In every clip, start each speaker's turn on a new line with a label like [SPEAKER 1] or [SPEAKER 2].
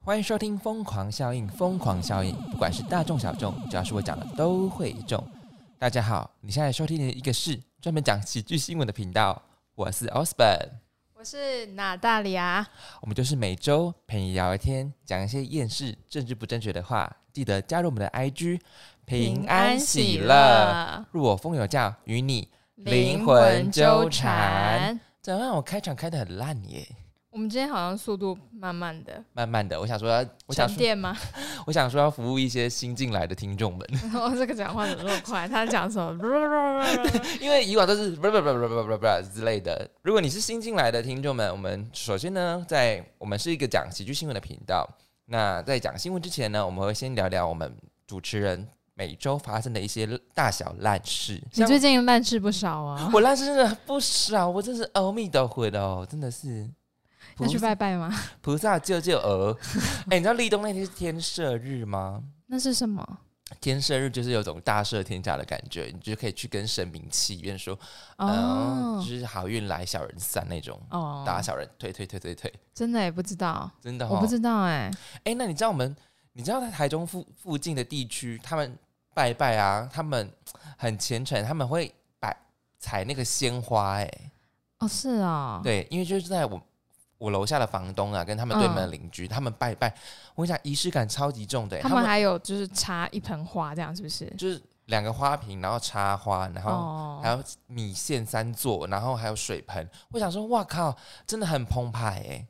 [SPEAKER 1] 欢迎收听《疯狂效应》，疯狂效应，不管是大众小众，只要是我讲的都会中。大家好，你现在收听的一个是专门讲喜剧新闻的频道，我是 Osborn，
[SPEAKER 2] 我是娜大里啊，
[SPEAKER 1] 我们就是每周陪你聊聊天，讲一些厌世、政治不正确的话。记得加入我们的 IG，平安喜乐，入我风有教，与你灵魂纠缠。怎么样？我开场开的很烂耶，
[SPEAKER 2] 我们今天好像速度慢慢的
[SPEAKER 1] 慢慢的，我想说要，我想
[SPEAKER 2] 沉
[SPEAKER 1] 说，
[SPEAKER 2] 淀吗？
[SPEAKER 1] 我想说要服务一些新进来的听众们。
[SPEAKER 2] 我这个讲话怎么那么 快？他讲什么？
[SPEAKER 1] 因为以往都是不不不不不不不之类的。如果你是新进来的听众们，我们首先呢，在我们是一个讲喜剧新闻的频道。那在讲新闻之前呢，我们会先聊聊我们主持人每周发生的一些大小烂事。
[SPEAKER 2] 你
[SPEAKER 1] 像
[SPEAKER 2] 最近烂事不少啊，
[SPEAKER 1] 我烂事真的不少，我真是阿弥陀佛的哦，真的 是菩
[SPEAKER 2] 要去拜拜吗？
[SPEAKER 1] 菩萨救救儿。 哎、你知道立冬那天是天赦日吗？
[SPEAKER 2] 那是什么？
[SPEAKER 1] 天赦日就是有种大赦天下的感觉，你就可以去跟神明祈愿说，嗯，
[SPEAKER 2] 哦
[SPEAKER 1] 就是好运来，小人散那种，
[SPEAKER 2] 哦，
[SPEAKER 1] 打小人，推推推推推，
[SPEAKER 2] 真的也不知道，
[SPEAKER 1] 真的、哦，
[SPEAKER 2] 我不知道哎，
[SPEAKER 1] 哎、那你知道我们，你知道在台中附附近的地区，他们拜拜啊，他们很虔诚，他们会摆采那个鲜花、哎，
[SPEAKER 2] 哦是啊，
[SPEAKER 1] 对，因为就是在我我楼下的房东啊，跟他们对
[SPEAKER 2] 嗯
[SPEAKER 1] 门的邻居，他们拜拜，我跟你讲，仪式感超级重的、哎
[SPEAKER 2] 他们还有就是插一盆花这样是不是？
[SPEAKER 1] 就是两个花瓶，然后插花，然后、
[SPEAKER 2] 哦
[SPEAKER 1] 还有米线三座，然后还有水盆。我想说，哇靠，真的很澎湃哎、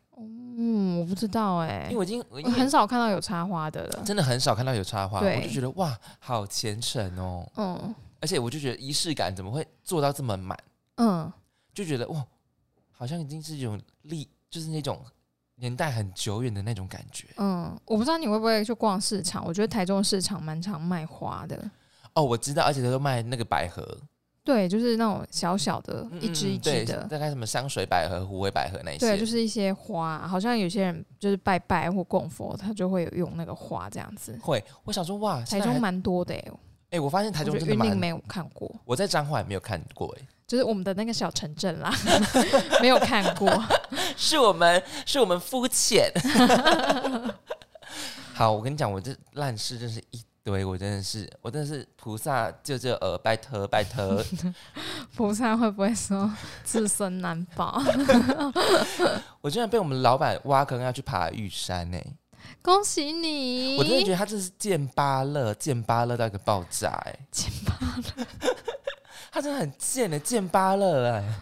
[SPEAKER 2] 嗯，我不知道哎
[SPEAKER 1] 因为，我已经我已
[SPEAKER 2] 我
[SPEAKER 1] 经
[SPEAKER 2] 很少看到有插花的了。
[SPEAKER 1] 真的很少看到有插花，
[SPEAKER 2] 对
[SPEAKER 1] 我就觉得哇，好虔诚哦！
[SPEAKER 2] 嗯
[SPEAKER 1] 而且我就觉得仪式感怎么会做到这么满？
[SPEAKER 2] 嗯，
[SPEAKER 1] 就觉得哇，好像已经是一种历，就是那种年代很久远的那种感觉
[SPEAKER 2] 嗯，我不知道你会不会去逛市场，我觉得台中市场蛮常卖花的，
[SPEAKER 1] 哦。我知道，而且他都卖那个百合，
[SPEAKER 2] 对，就是那种小小的，
[SPEAKER 1] 嗯
[SPEAKER 2] 一支一
[SPEAKER 1] 嗯对
[SPEAKER 2] 支的，
[SPEAKER 1] 大概什么香水百合、虎尾百合那些，
[SPEAKER 2] 对，就是一些花，好像有些人就是拜拜或供佛，他就会有用那个花这样子。
[SPEAKER 1] 会。我想说哇，
[SPEAKER 2] 台
[SPEAKER 1] 现在啊还
[SPEAKER 2] 中蛮多的哎、欸，
[SPEAKER 1] 哎、我发现台
[SPEAKER 2] 我
[SPEAKER 1] 中
[SPEAKER 2] 觉
[SPEAKER 1] 真
[SPEAKER 2] 得
[SPEAKER 1] 的
[SPEAKER 2] 云林
[SPEAKER 1] 蛮，
[SPEAKER 2] 没有看过，
[SPEAKER 1] 我在彰化也没有看过哎、
[SPEAKER 2] 就是我们的那个小城镇 啦，没有看过。
[SPEAKER 1] 是我们 是我们肤浅。 好，我跟你讲，我这烂事真是一堆，我真的是，我真的是菩萨救救尔，拜托拜托。
[SPEAKER 2] 菩萨会不会说自身难保？
[SPEAKER 1] 我居然被我们老板挖坑要去爬玉山呢、
[SPEAKER 2] 恭喜你！
[SPEAKER 1] 我真的觉得他这是贱巴乐，贱巴乐到一个爆炸哎、
[SPEAKER 2] 贱
[SPEAKER 1] 巴乐，他真的很贱的、贱巴乐哎、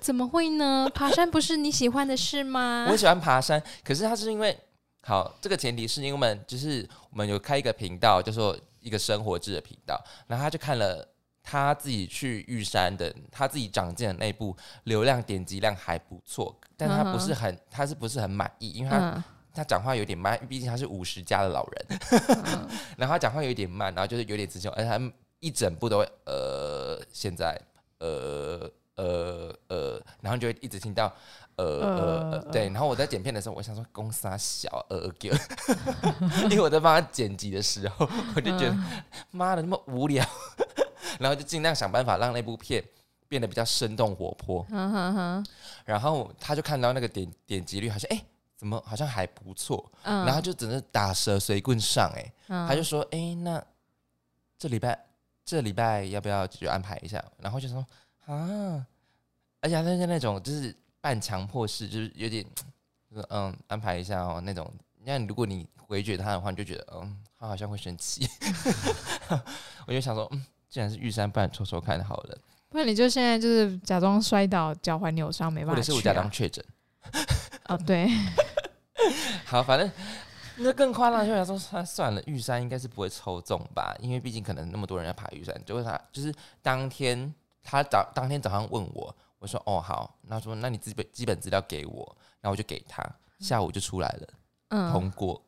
[SPEAKER 2] 怎么会呢？爬山不是你喜欢的事吗
[SPEAKER 1] 我？喜欢爬山，可是他是因为好，这个前提是因为我们就是我们有开一个频道，叫做一个生活志的频道，然后他就看了他自己去玉山的，他自己长进的那一部流量点击量还不错，但是他不是很，他是不是很满意？因为他、
[SPEAKER 2] 嗯
[SPEAKER 1] 他讲话有点慢，毕竟他是五十加的老人，
[SPEAKER 2] 嗯
[SPEAKER 1] 然后他讲话有点慢，然后就是有点自信，而且他一整部都会呃，现在呃呃呃，然后你就会一直听到呃呃呃，对。然后我在剪片的时候，我想说公司啊小呃呃给我， 因为我在帮他剪辑的时候， 我就觉得妈的那么无聊， 然后就尽量想办法让那部片变得比较生动活 泼。
[SPEAKER 2] 哼哼哼，
[SPEAKER 1] 然后他就看到那个点点击率，好像哎、怎么好像还不错，
[SPEAKER 2] 嗯
[SPEAKER 1] 然后他就只是打蛇随棍上哎、
[SPEAKER 2] 嗯
[SPEAKER 1] 他就说：“哎、那这礼拜这礼拜要不要就安排一下？”然后就说：“啊，而且他是那种就是半强迫式，就是有点，就是嗯，安排一下哦那种。那如果你回绝他的话，你就觉得嗯，他好像会生 气。 我就想说，嗯，既然是玉山，不然抽抽看好了，
[SPEAKER 2] 不然你就现在就是假装摔倒，脚踝扭伤，没
[SPEAKER 1] 或
[SPEAKER 2] 办法
[SPEAKER 1] 者
[SPEAKER 2] 去、
[SPEAKER 1] 是
[SPEAKER 2] 啊。
[SPEAKER 1] 我假装确诊。
[SPEAKER 2] 哦，对，
[SPEAKER 1] 好，反正。” 那更夸张，就想说，算算了，玉山应该是不会抽中吧，因为毕竟可能那么多人要爬玉山，结果他就是当天他早当天早上问我，我说哦好，那说那你基本基本资料给我，然后我就给他，下午就出来了，
[SPEAKER 2] 嗯，
[SPEAKER 1] 通过，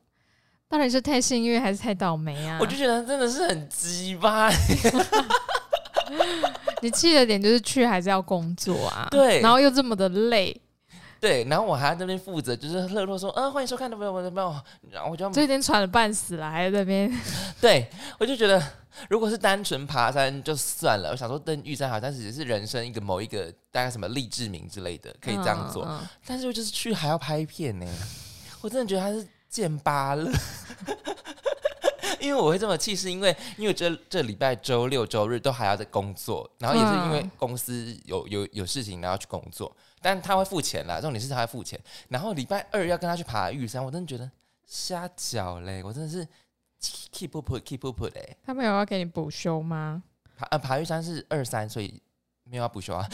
[SPEAKER 2] 到底是太幸运还是太倒霉啊？
[SPEAKER 1] 我就觉得真的是很鸡巴，
[SPEAKER 2] 你气的点就是去还是要工作啊？
[SPEAKER 1] 对
[SPEAKER 2] 然后又这么的累，对
[SPEAKER 1] 对，然后我还在那边负责，就是热络说，嗯、欢迎收看的朋友们，没有，然后我就要
[SPEAKER 2] 这已经喘了半死了，还在那边。
[SPEAKER 1] 对，我就觉得，如果是单纯爬山就算了，我想说登玉山好像只是人生一个某一个大概什么励志名之类的，可以这样做。
[SPEAKER 2] 嗯嗯
[SPEAKER 1] 但是我就是去还要拍片呢、我真的觉得他是见巴了。 因为我会这么气，是因为因为这这礼拜周六周日都还要在工作，然后也是因为公司有有有事情，然后去工作，但他会付钱啦，重点是他会付钱。然后礼拜二要跟他去爬玉山，我真的觉得瞎搅嘞，我真的是 keep up keep up 嘞。
[SPEAKER 2] 他们有要给你补休吗？
[SPEAKER 1] 爬啊爬玉山是二三，所以没有要补休啊，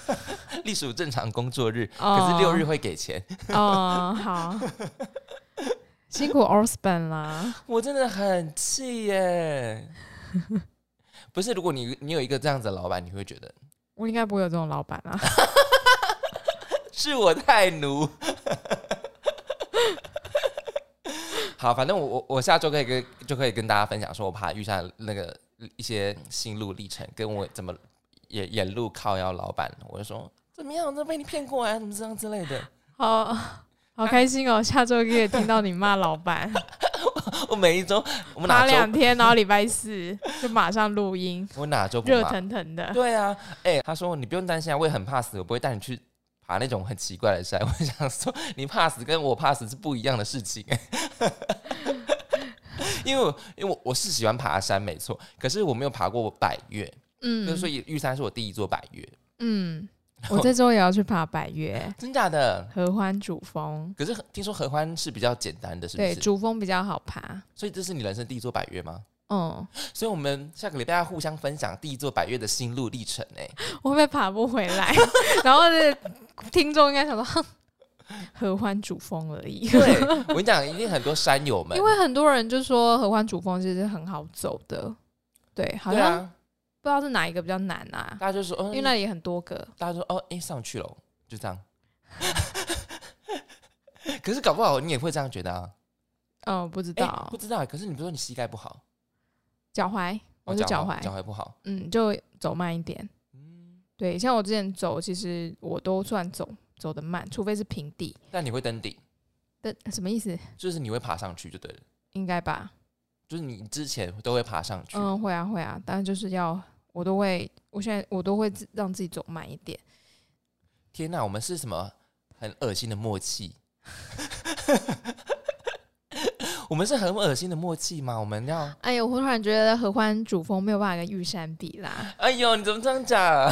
[SPEAKER 1] 隶属正常工作日，可是六日会给钱。
[SPEAKER 2] 哦，好，辛苦 Osborn 啦。
[SPEAKER 1] 我真的很气耶！ 不是，如果你你有一个这样子的老板，你会觉得
[SPEAKER 2] 我应该不会有这种老板 啊。
[SPEAKER 1] 是我太奴。 好，反正我我我下周可以跟就可以跟大家分享，说我爬遇上那个一些心路历程，跟我怎么沿沿路靠邀老板，我就说怎么样，这被你骗过来，怎么这样之类的。
[SPEAKER 2] 好好开心哦，下周可以听到你骂老板，
[SPEAKER 1] 我每一周我们
[SPEAKER 2] 骂
[SPEAKER 1] 哪
[SPEAKER 2] 两
[SPEAKER 1] 周
[SPEAKER 2] 天，然后礼拜四就马上录音，
[SPEAKER 1] 我哪周不
[SPEAKER 2] 热
[SPEAKER 1] 骂？
[SPEAKER 2] 腾腾 的。
[SPEAKER 1] 对啊，哎、他说你不用担心啊，我也很怕死，我不会带你去爬那种很奇怪的山。 我想说，你怕死跟我怕死是不一样的事 情、因为我因为我我是喜欢爬山没错，可是我没有爬过百越， 就
[SPEAKER 2] 嗯，
[SPEAKER 1] 是所以玉山是我第一座百越，
[SPEAKER 2] 嗯，我这周也要去爬百越、
[SPEAKER 1] 真假的？
[SPEAKER 2] 合欢主峰，
[SPEAKER 1] 可是听说合欢是比较简单的，是不
[SPEAKER 2] 对，
[SPEAKER 1] 是？
[SPEAKER 2] 主峰比较好爬。
[SPEAKER 1] 所以这是你人生第一座百越吗？
[SPEAKER 2] 嗯，
[SPEAKER 1] 所以我们下个礼拜要互相分享第一座百越的心路历程哎、
[SPEAKER 2] 我会不会爬不回来？ 然后这听众应该想说，哼，合欢主峰而已。
[SPEAKER 1] 对， 我跟你讲，一定很多山友们，
[SPEAKER 2] 因为很多人就说合欢主峰其实很好走的，对，好
[SPEAKER 1] 对
[SPEAKER 2] 像
[SPEAKER 1] 啊，
[SPEAKER 2] 不知道是哪一个比较难啊，
[SPEAKER 1] 大家就说，嗯，
[SPEAKER 2] 因为那里很多个。
[SPEAKER 1] 大家说哦，哎、上去了，就这样。 可是搞不好你也会这样觉得啊？
[SPEAKER 2] 嗯，不知
[SPEAKER 1] 哎、
[SPEAKER 2] 道
[SPEAKER 1] 不知道。可是你不是说你膝盖不好，
[SPEAKER 2] 脚踝，我
[SPEAKER 1] 哦
[SPEAKER 2] 是脚
[SPEAKER 1] 脚
[SPEAKER 2] 踝，
[SPEAKER 1] 踝不好。
[SPEAKER 2] 嗯，就走慢一点。
[SPEAKER 1] 嗯，
[SPEAKER 2] 对，像我之前走，其实我都算走走得慢，除非是平地。
[SPEAKER 1] 但你会登顶，
[SPEAKER 2] 但什么意思？
[SPEAKER 1] 就是你会爬上去就对了，
[SPEAKER 2] 应该吧？
[SPEAKER 1] 就是你之前都会爬上去。
[SPEAKER 2] 嗯，会啊，会啊，当然就是要，我都会，我现在我都会自让自己走慢一点。
[SPEAKER 1] 天哪，我们是什么很恶心的默契？ 我们是很恶心的默契吗？我们要……
[SPEAKER 2] 哎呦，我突然觉得合欢主峰没有办法跟玉山比啦。
[SPEAKER 1] 哎呦，你怎么这样讲？？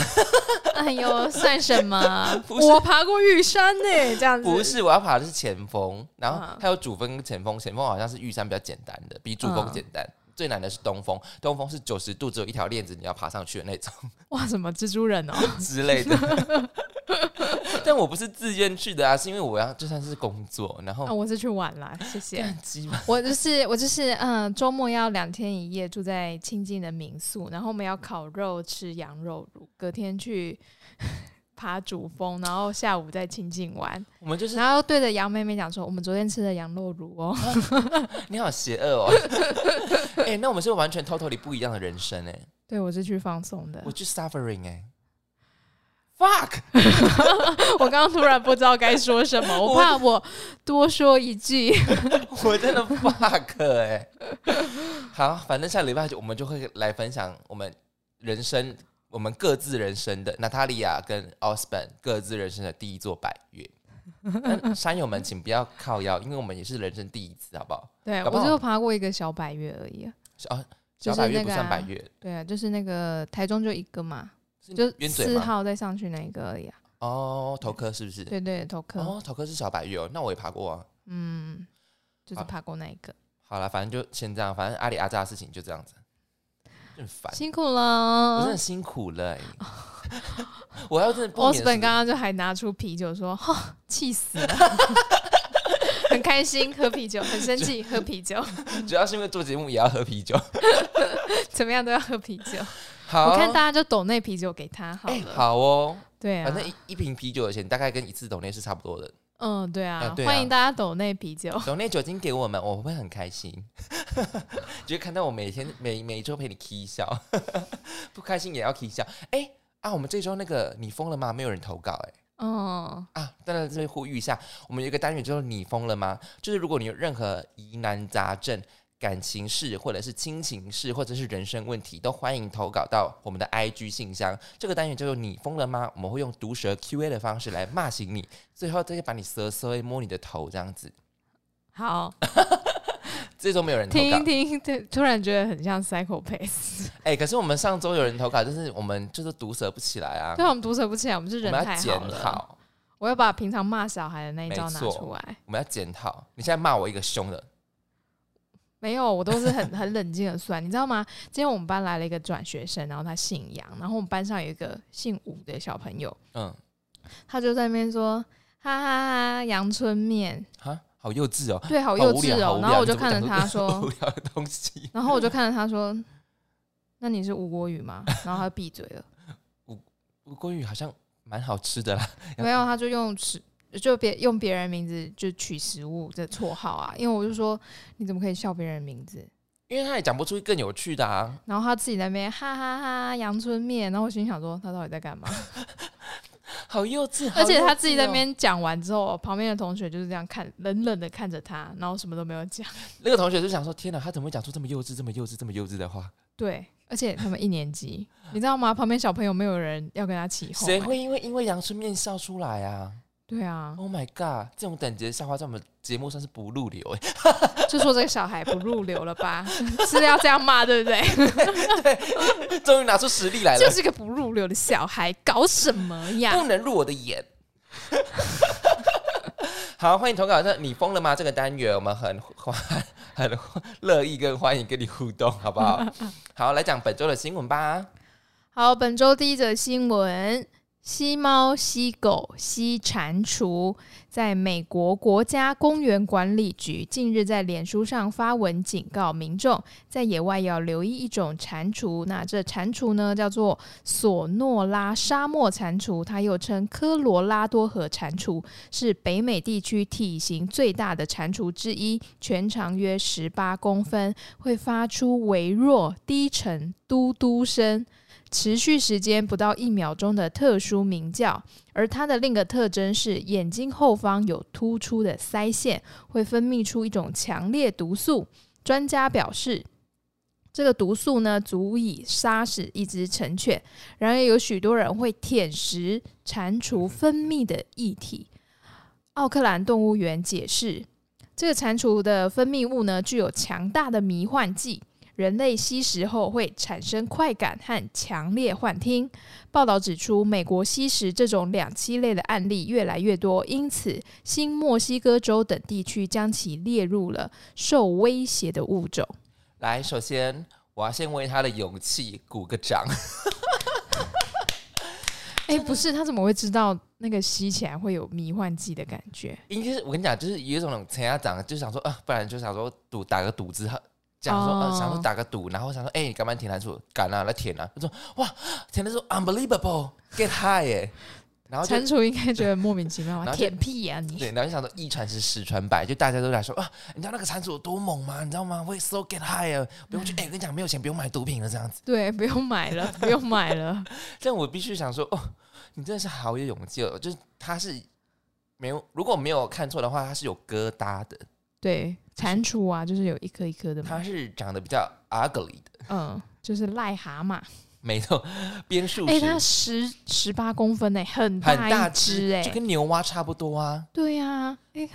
[SPEAKER 2] 哎 呦，算什么
[SPEAKER 1] 不是
[SPEAKER 2] 我爬过玉山呢、这样子
[SPEAKER 1] 不是，我要爬的是前锋，然后
[SPEAKER 2] 嗯
[SPEAKER 1] 它有主峰跟前锋，前锋好像是玉山比较简单的，比主峰
[SPEAKER 2] 嗯
[SPEAKER 1] 简单。最难的是东峰，东峰是九十度，只有一条链子，你要爬上去的那种
[SPEAKER 2] 哇，什么蜘蛛人哦？
[SPEAKER 1] 之类的。 但我不是自愿去的啊，是因为我要就算是工作，然
[SPEAKER 2] 啊，
[SPEAKER 1] 后
[SPEAKER 2] 我是去玩啦，谢谢。
[SPEAKER 1] 干鸡巴
[SPEAKER 2] 我就是我就是嗯，周末要两天一夜住在清近的民宿，然后我们要烤肉吃羊肉乳，隔天去 爬主峰，然后下午在清近玩，
[SPEAKER 1] 我们就是
[SPEAKER 2] 然后对着杨妹妹讲说，我们昨天吃的羊肉乳哦，
[SPEAKER 1] 你好邪恶 哦。哎、那我们是完全 totally 不一样的人生哎、
[SPEAKER 2] 对我是去放松的
[SPEAKER 1] 我。去 suffering 哎、fuck，
[SPEAKER 2] 我刚刚突然不知道该说什 么，我
[SPEAKER 1] 我
[SPEAKER 2] 怕我多说一句。
[SPEAKER 1] 我真的 fuck 哎、 好，反正下礼拜就我们就会来分享我们人生，我们各自人生的娜塔莉亚跟 Osborn 各自人生的第一座百月。但山友们，请不要靠腰，因为我们也是人生第一次，好不好？
[SPEAKER 2] 对
[SPEAKER 1] 搞不好
[SPEAKER 2] 我就爬过一个小百月而已啊。
[SPEAKER 1] 小啊，
[SPEAKER 2] 就
[SPEAKER 1] 小百
[SPEAKER 2] 是
[SPEAKER 1] 月
[SPEAKER 2] 那
[SPEAKER 1] 不
[SPEAKER 2] 个
[SPEAKER 1] 算
[SPEAKER 2] 啊
[SPEAKER 1] 百月，
[SPEAKER 2] 对啊，就是那个台中就一个嘛，
[SPEAKER 1] 是
[SPEAKER 2] 就
[SPEAKER 1] 冤嗯嘴
[SPEAKER 2] 四
[SPEAKER 1] 吗？
[SPEAKER 2] 号再上去那一个而已啊。
[SPEAKER 1] 哦，头科是不是？
[SPEAKER 2] 对对，头科。
[SPEAKER 1] 哦，头科是小百月哦，那我也爬过啊。
[SPEAKER 2] 嗯，就是
[SPEAKER 1] 好
[SPEAKER 2] 爬过那一个，
[SPEAKER 1] 好了，反正就先这样，反正阿里阿扎的事情就这样子，就很烦。
[SPEAKER 2] 辛苦
[SPEAKER 1] 我真
[SPEAKER 2] 了
[SPEAKER 1] 的。辛苦了 欸、我要真的不
[SPEAKER 2] 奥
[SPEAKER 1] 免
[SPEAKER 2] 斯本
[SPEAKER 1] 俗
[SPEAKER 2] 刚刚就还拿出啤酒说：“哈，气死了， 很开心喝啤酒，很生气喝啤酒，
[SPEAKER 1] 主要是因为做节目也要喝啤酒。
[SPEAKER 2] 怎么样都要喝啤酒。”
[SPEAKER 1] 好，
[SPEAKER 2] 我看大家就抖那啤酒给他好
[SPEAKER 1] 哎、
[SPEAKER 2] 了。
[SPEAKER 1] 好哦，
[SPEAKER 2] 对啊
[SPEAKER 1] 反，正一一瓶啤酒的钱大概跟一次抖内是差不多的。
[SPEAKER 2] 嗯，对啊
[SPEAKER 1] 啊，对啊
[SPEAKER 2] 欢迎大家抖那啤酒。
[SPEAKER 1] 抖内酒精给我们，我会很开心。 就看到我每天每每周陪你 k 笑， 不开心也要 k 笑。哎、啊，我们这周那个你疯了吗？没有人投稿哎、
[SPEAKER 2] 嗯，
[SPEAKER 1] 啊，当然这边呼吁一下，我们有一个单元叫做“你疯了吗”，就是如果你有任何疑难杂症、感情事，或者是亲情事，或者是人生问题，都欢迎投稿到我们的 IG 信箱。这个单元叫做“你疯了吗”，我们会用毒舌 Q&A 的方式来骂醒你，最后再把你舌头摸你的头这样子。
[SPEAKER 2] 好，
[SPEAKER 1] 这周没有人投
[SPEAKER 2] 听
[SPEAKER 1] 稿
[SPEAKER 2] 一。听，对，突然觉得很像 Psycho p a c e
[SPEAKER 1] 哎、可是我们上周有人投稿，就是我们就是毒舌不起来啊
[SPEAKER 2] 对，，我们毒舌不起来，我们是
[SPEAKER 1] 我
[SPEAKER 2] 人
[SPEAKER 1] 们
[SPEAKER 2] 太
[SPEAKER 1] 要检
[SPEAKER 2] 好了。
[SPEAKER 1] 讨，
[SPEAKER 2] 我要把平常骂小孩的那一招拿
[SPEAKER 1] 没错
[SPEAKER 2] 出来。
[SPEAKER 1] 我们要检讨。你现在骂我一个凶的，
[SPEAKER 2] 没有，我都是很 很冷静的算，你知道吗？今天我们班来了一个转学生，然后他姓杨，然后我们班上有一个姓吴的小朋友，
[SPEAKER 1] 嗯，
[SPEAKER 2] 他就在那边说哈哈哈阳春面，
[SPEAKER 1] 哈，好幼稚哦，
[SPEAKER 2] 对，好
[SPEAKER 1] 好
[SPEAKER 2] 幼
[SPEAKER 1] 无
[SPEAKER 2] 稚
[SPEAKER 1] 聊
[SPEAKER 2] 哦、
[SPEAKER 1] 好无
[SPEAKER 2] 然后
[SPEAKER 1] 聊
[SPEAKER 2] 我
[SPEAKER 1] 你怎
[SPEAKER 2] 就
[SPEAKER 1] 么
[SPEAKER 2] 看着
[SPEAKER 1] 讲
[SPEAKER 2] 他
[SPEAKER 1] 出这么无
[SPEAKER 2] 说，
[SPEAKER 1] 聊的东西，
[SPEAKER 2] 然后我就看着他说，那你是吴国语吗？然后他就闭嘴 了，
[SPEAKER 1] 吴郭宇好像蛮好吃的啦，
[SPEAKER 2] 没有，他就用吃。就别用别人名字就取食物的绰号啊，因为我就说你怎么可以笑别人名字？
[SPEAKER 1] 因为他也讲不出更有趣的啊。
[SPEAKER 2] 然后他自己在那边哈哈哈阳春面，然后我心想说他到底在干嘛？
[SPEAKER 1] 好幼稚，
[SPEAKER 2] 而且
[SPEAKER 1] 好幼
[SPEAKER 2] 他自己
[SPEAKER 1] 稚
[SPEAKER 2] 在
[SPEAKER 1] 哦
[SPEAKER 2] 那边讲完之后，旁边的同学就是这样看，冷冷的看着他，然后什么都没有讲。
[SPEAKER 1] 那个同学就想说：“天哪，他怎么会讲出这么幼稚、这么幼稚、这么幼稚的
[SPEAKER 2] 啊
[SPEAKER 1] 话？
[SPEAKER 2] 对，而且他们一年 级，你知道吗？旁边小朋友没有人要跟他起哄、
[SPEAKER 1] 谁
[SPEAKER 2] 欸
[SPEAKER 1] 会因为因为阳春面笑出来啊
[SPEAKER 2] 对啊，
[SPEAKER 1] ？Oh my god，这种等级的笑话在我们节目算是不入流哎、
[SPEAKER 2] 就说这个小孩不入流了 吧？是要这样骂，对 不对？
[SPEAKER 1] 终于拿出实力来
[SPEAKER 2] 就
[SPEAKER 1] 了，
[SPEAKER 2] 是个不入流的小孩，搞什么呀？
[SPEAKER 1] 不能入我的眼。 好，欢迎投稿。那你疯了吗？这个单元我们很 欢很乐意跟欢迎跟你互动，好不好？ 好，来讲本周的新闻吧。
[SPEAKER 2] 好，本周第一则新闻：吸猫、吸狗、吸蟾蜍，在美国国家公园管理局近日在脸书上发文警告民众，在野外要留意一种蟾蜍。那这蟾蜍呢，叫做索诺拉沙漠蟾蜍，它又称科罗拉多河蟾蜍，是北美地区体型最大的蟾蜍之一，全长约十八公分，会发出微弱、低沉嘟嘟声。持续时间不到一秒钟的特殊鸣叫，而它的另一个特征是眼睛后方有突出的腮腺，会分泌出一种强烈毒素。专家表示，这个毒素呢足以杀死一只成犬。然而，有许多人会舔食蟾蜍分泌的液体。奥克兰动物园解释，这个蟾蜍的分泌物呢具有强大的迷幻剂，人类吸食后会产生快感和强烈幻听。报道指出，美国吸食这种两栖类的案例越来越多，因此新墨西哥州等地区将其列入了受威胁的物种。
[SPEAKER 1] 来，首先我要先为他的勇气鼓个掌。
[SPEAKER 2] 哎，不是，他怎么会知道那个吸起来会有迷幻剂的感觉？
[SPEAKER 1] 应该是我跟你讲，就是有一种陈家长就想说啊，不然就想说赌打个赌之后，讲说、
[SPEAKER 2] 哦
[SPEAKER 1] 呃想说打个赌，然后想说哎、你敢不敢舔男主？敢啊，来舔啊！他说哇，舔的时候 unbelievable，get high 耶、然后就
[SPEAKER 2] 蟾蜍应该觉得莫名其妙
[SPEAKER 1] 然
[SPEAKER 2] 吧，
[SPEAKER 1] 后就
[SPEAKER 2] 舔屁呀、你！
[SPEAKER 1] 对，然后就想说一传十，十传百，就大家都在说啊，你知道那个蟾蜍有多猛吗？你知道吗？会 so get high 啊，不用去哎、我跟你讲，没有钱不用买毒品了这样子。
[SPEAKER 2] 对，不用买了，不用买了。
[SPEAKER 1] 但我必须想说，哦，你真的是好有勇气哦，就是他是没有，如果没有看错的话，他是有疙瘩的，
[SPEAKER 2] 对，蟾蜍啊，就是有一颗一颗的嘛
[SPEAKER 1] 他，是长得比较 ugly 的。
[SPEAKER 2] 嗯，就是癞蛤蟆。
[SPEAKER 1] 没错，边数
[SPEAKER 2] 哎、
[SPEAKER 1] 是
[SPEAKER 2] 它十十八公分哎、
[SPEAKER 1] 很
[SPEAKER 2] 很
[SPEAKER 1] 大
[SPEAKER 2] 一只哎、
[SPEAKER 1] 就跟牛蛙差不多啊。
[SPEAKER 2] 对呀、啊，哎、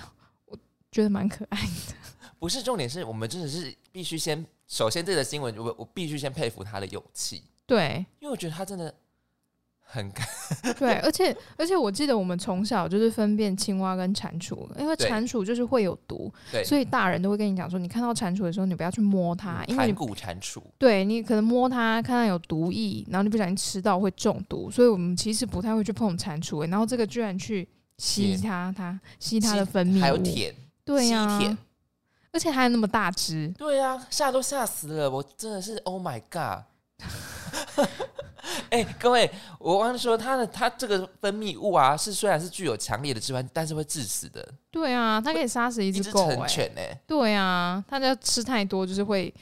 [SPEAKER 2] 我觉得蛮可爱的。
[SPEAKER 1] 不是重点是我们真的是必须先，首先这则新闻，我我必须先佩服他的勇气，
[SPEAKER 2] 对
[SPEAKER 1] 因为我觉得他真的很敢。
[SPEAKER 2] 对，而且而且我记得我们从小就是分辨青蛙跟蟾蜍，因为
[SPEAKER 1] 对
[SPEAKER 2] 蟾蜍就是会有毒，
[SPEAKER 1] 对，
[SPEAKER 2] 所以大人都会跟你讲说，你看到蟾蜍的时候，你不要去摸它，啊因为
[SPEAKER 1] 盘
[SPEAKER 2] 你
[SPEAKER 1] 嗯古蟾蜍，
[SPEAKER 2] 对你可能摸它，看到有毒液，然后你不小心吃到会中毒，所以我们其实不太会去碰蟾蜍、欸。然后这个居然去吸
[SPEAKER 1] 舔
[SPEAKER 2] 它，它吸它的
[SPEAKER 1] 吸
[SPEAKER 2] 分泌物，
[SPEAKER 1] 还有舔，
[SPEAKER 2] 对呀、
[SPEAKER 1] 吸舔
[SPEAKER 2] 而且还有那么大只，
[SPEAKER 1] 对啊，吓都吓死了，我真的是 Oh my God！哎、各位，我忘了说，他的他这个分泌物啊，是虽然是具有强烈的致幻，但是会致死的，
[SPEAKER 2] 对啊，它可以杀死一
[SPEAKER 1] 一
[SPEAKER 2] 只
[SPEAKER 1] 只
[SPEAKER 2] 狗、
[SPEAKER 1] 成
[SPEAKER 2] 欸，
[SPEAKER 1] 犬呢、
[SPEAKER 2] 对啊，它要吃太多就是会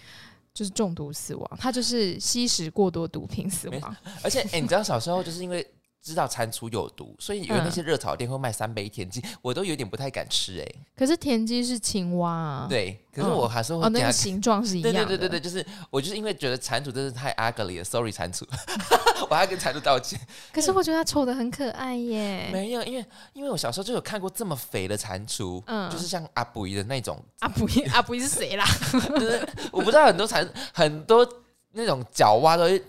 [SPEAKER 2] 就是中毒死亡，它就是吸食过多毒品死
[SPEAKER 1] 没
[SPEAKER 2] 亡，
[SPEAKER 1] 而且，哎、你知道小时候就是因为知道蟾蜍有毒，所以有
[SPEAKER 2] 嗯
[SPEAKER 1] 那些热炒店会卖三杯田鸡，我都有点不太敢吃哎、
[SPEAKER 2] 可是田鸡是青蛙啊，，
[SPEAKER 1] 对，可是我还是会
[SPEAKER 2] 哦，
[SPEAKER 1] 给
[SPEAKER 2] 那
[SPEAKER 1] 它
[SPEAKER 2] 个形状是一
[SPEAKER 1] 对
[SPEAKER 2] 样
[SPEAKER 1] 对
[SPEAKER 2] 的，
[SPEAKER 1] 对对对，就是我就是因为觉得蟾蜍真是太 ugly 了，sorry 蟾蜍， 我还要跟蟾蜍道歉。
[SPEAKER 2] 可是我觉得它丑的很可爱耶，
[SPEAKER 1] 没有，因为因为我小时候就有看过这么肥的蟾蜍，
[SPEAKER 2] 嗯
[SPEAKER 1] 就是像阿布的那种，
[SPEAKER 2] 阿布阿布是谁啦？
[SPEAKER 1] 就是我不知道很多蟾很多那种角蛙都会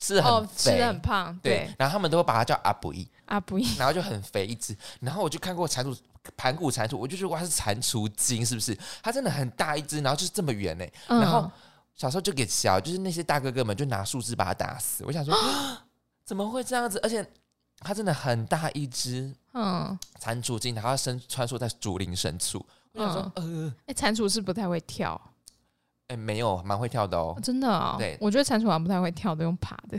[SPEAKER 1] 吃得很
[SPEAKER 2] 哦，吃
[SPEAKER 1] 肥。
[SPEAKER 2] 的很胖，
[SPEAKER 1] 对
[SPEAKER 2] 对，，
[SPEAKER 1] 然后他们都会把它叫阿布伊，
[SPEAKER 2] 阿布
[SPEAKER 1] 然后就很肥一只。然后我就看过蟾蜍盘古蟾蜍，我就觉得哇，它是蟾蜍精是不是？它真的很大一只，然后就是这么圆呢、
[SPEAKER 2] 嗯
[SPEAKER 1] 然后小时候就给小，就是那些大哥哥们就拿树枝把它打死。我想说， 怎么会这样子？而且它真的很大一只
[SPEAKER 2] 嗯，
[SPEAKER 1] 蟾蜍精，然后它身穿梭在竹林深处。我想说，呃，
[SPEAKER 2] 哎，蟾蜍是不太会跳，
[SPEAKER 1] 哎、没有，蛮会跳的哦
[SPEAKER 2] 哦。真的啊，
[SPEAKER 1] 对
[SPEAKER 2] 我觉得蟾蜍好像不太会跳，都用爬的，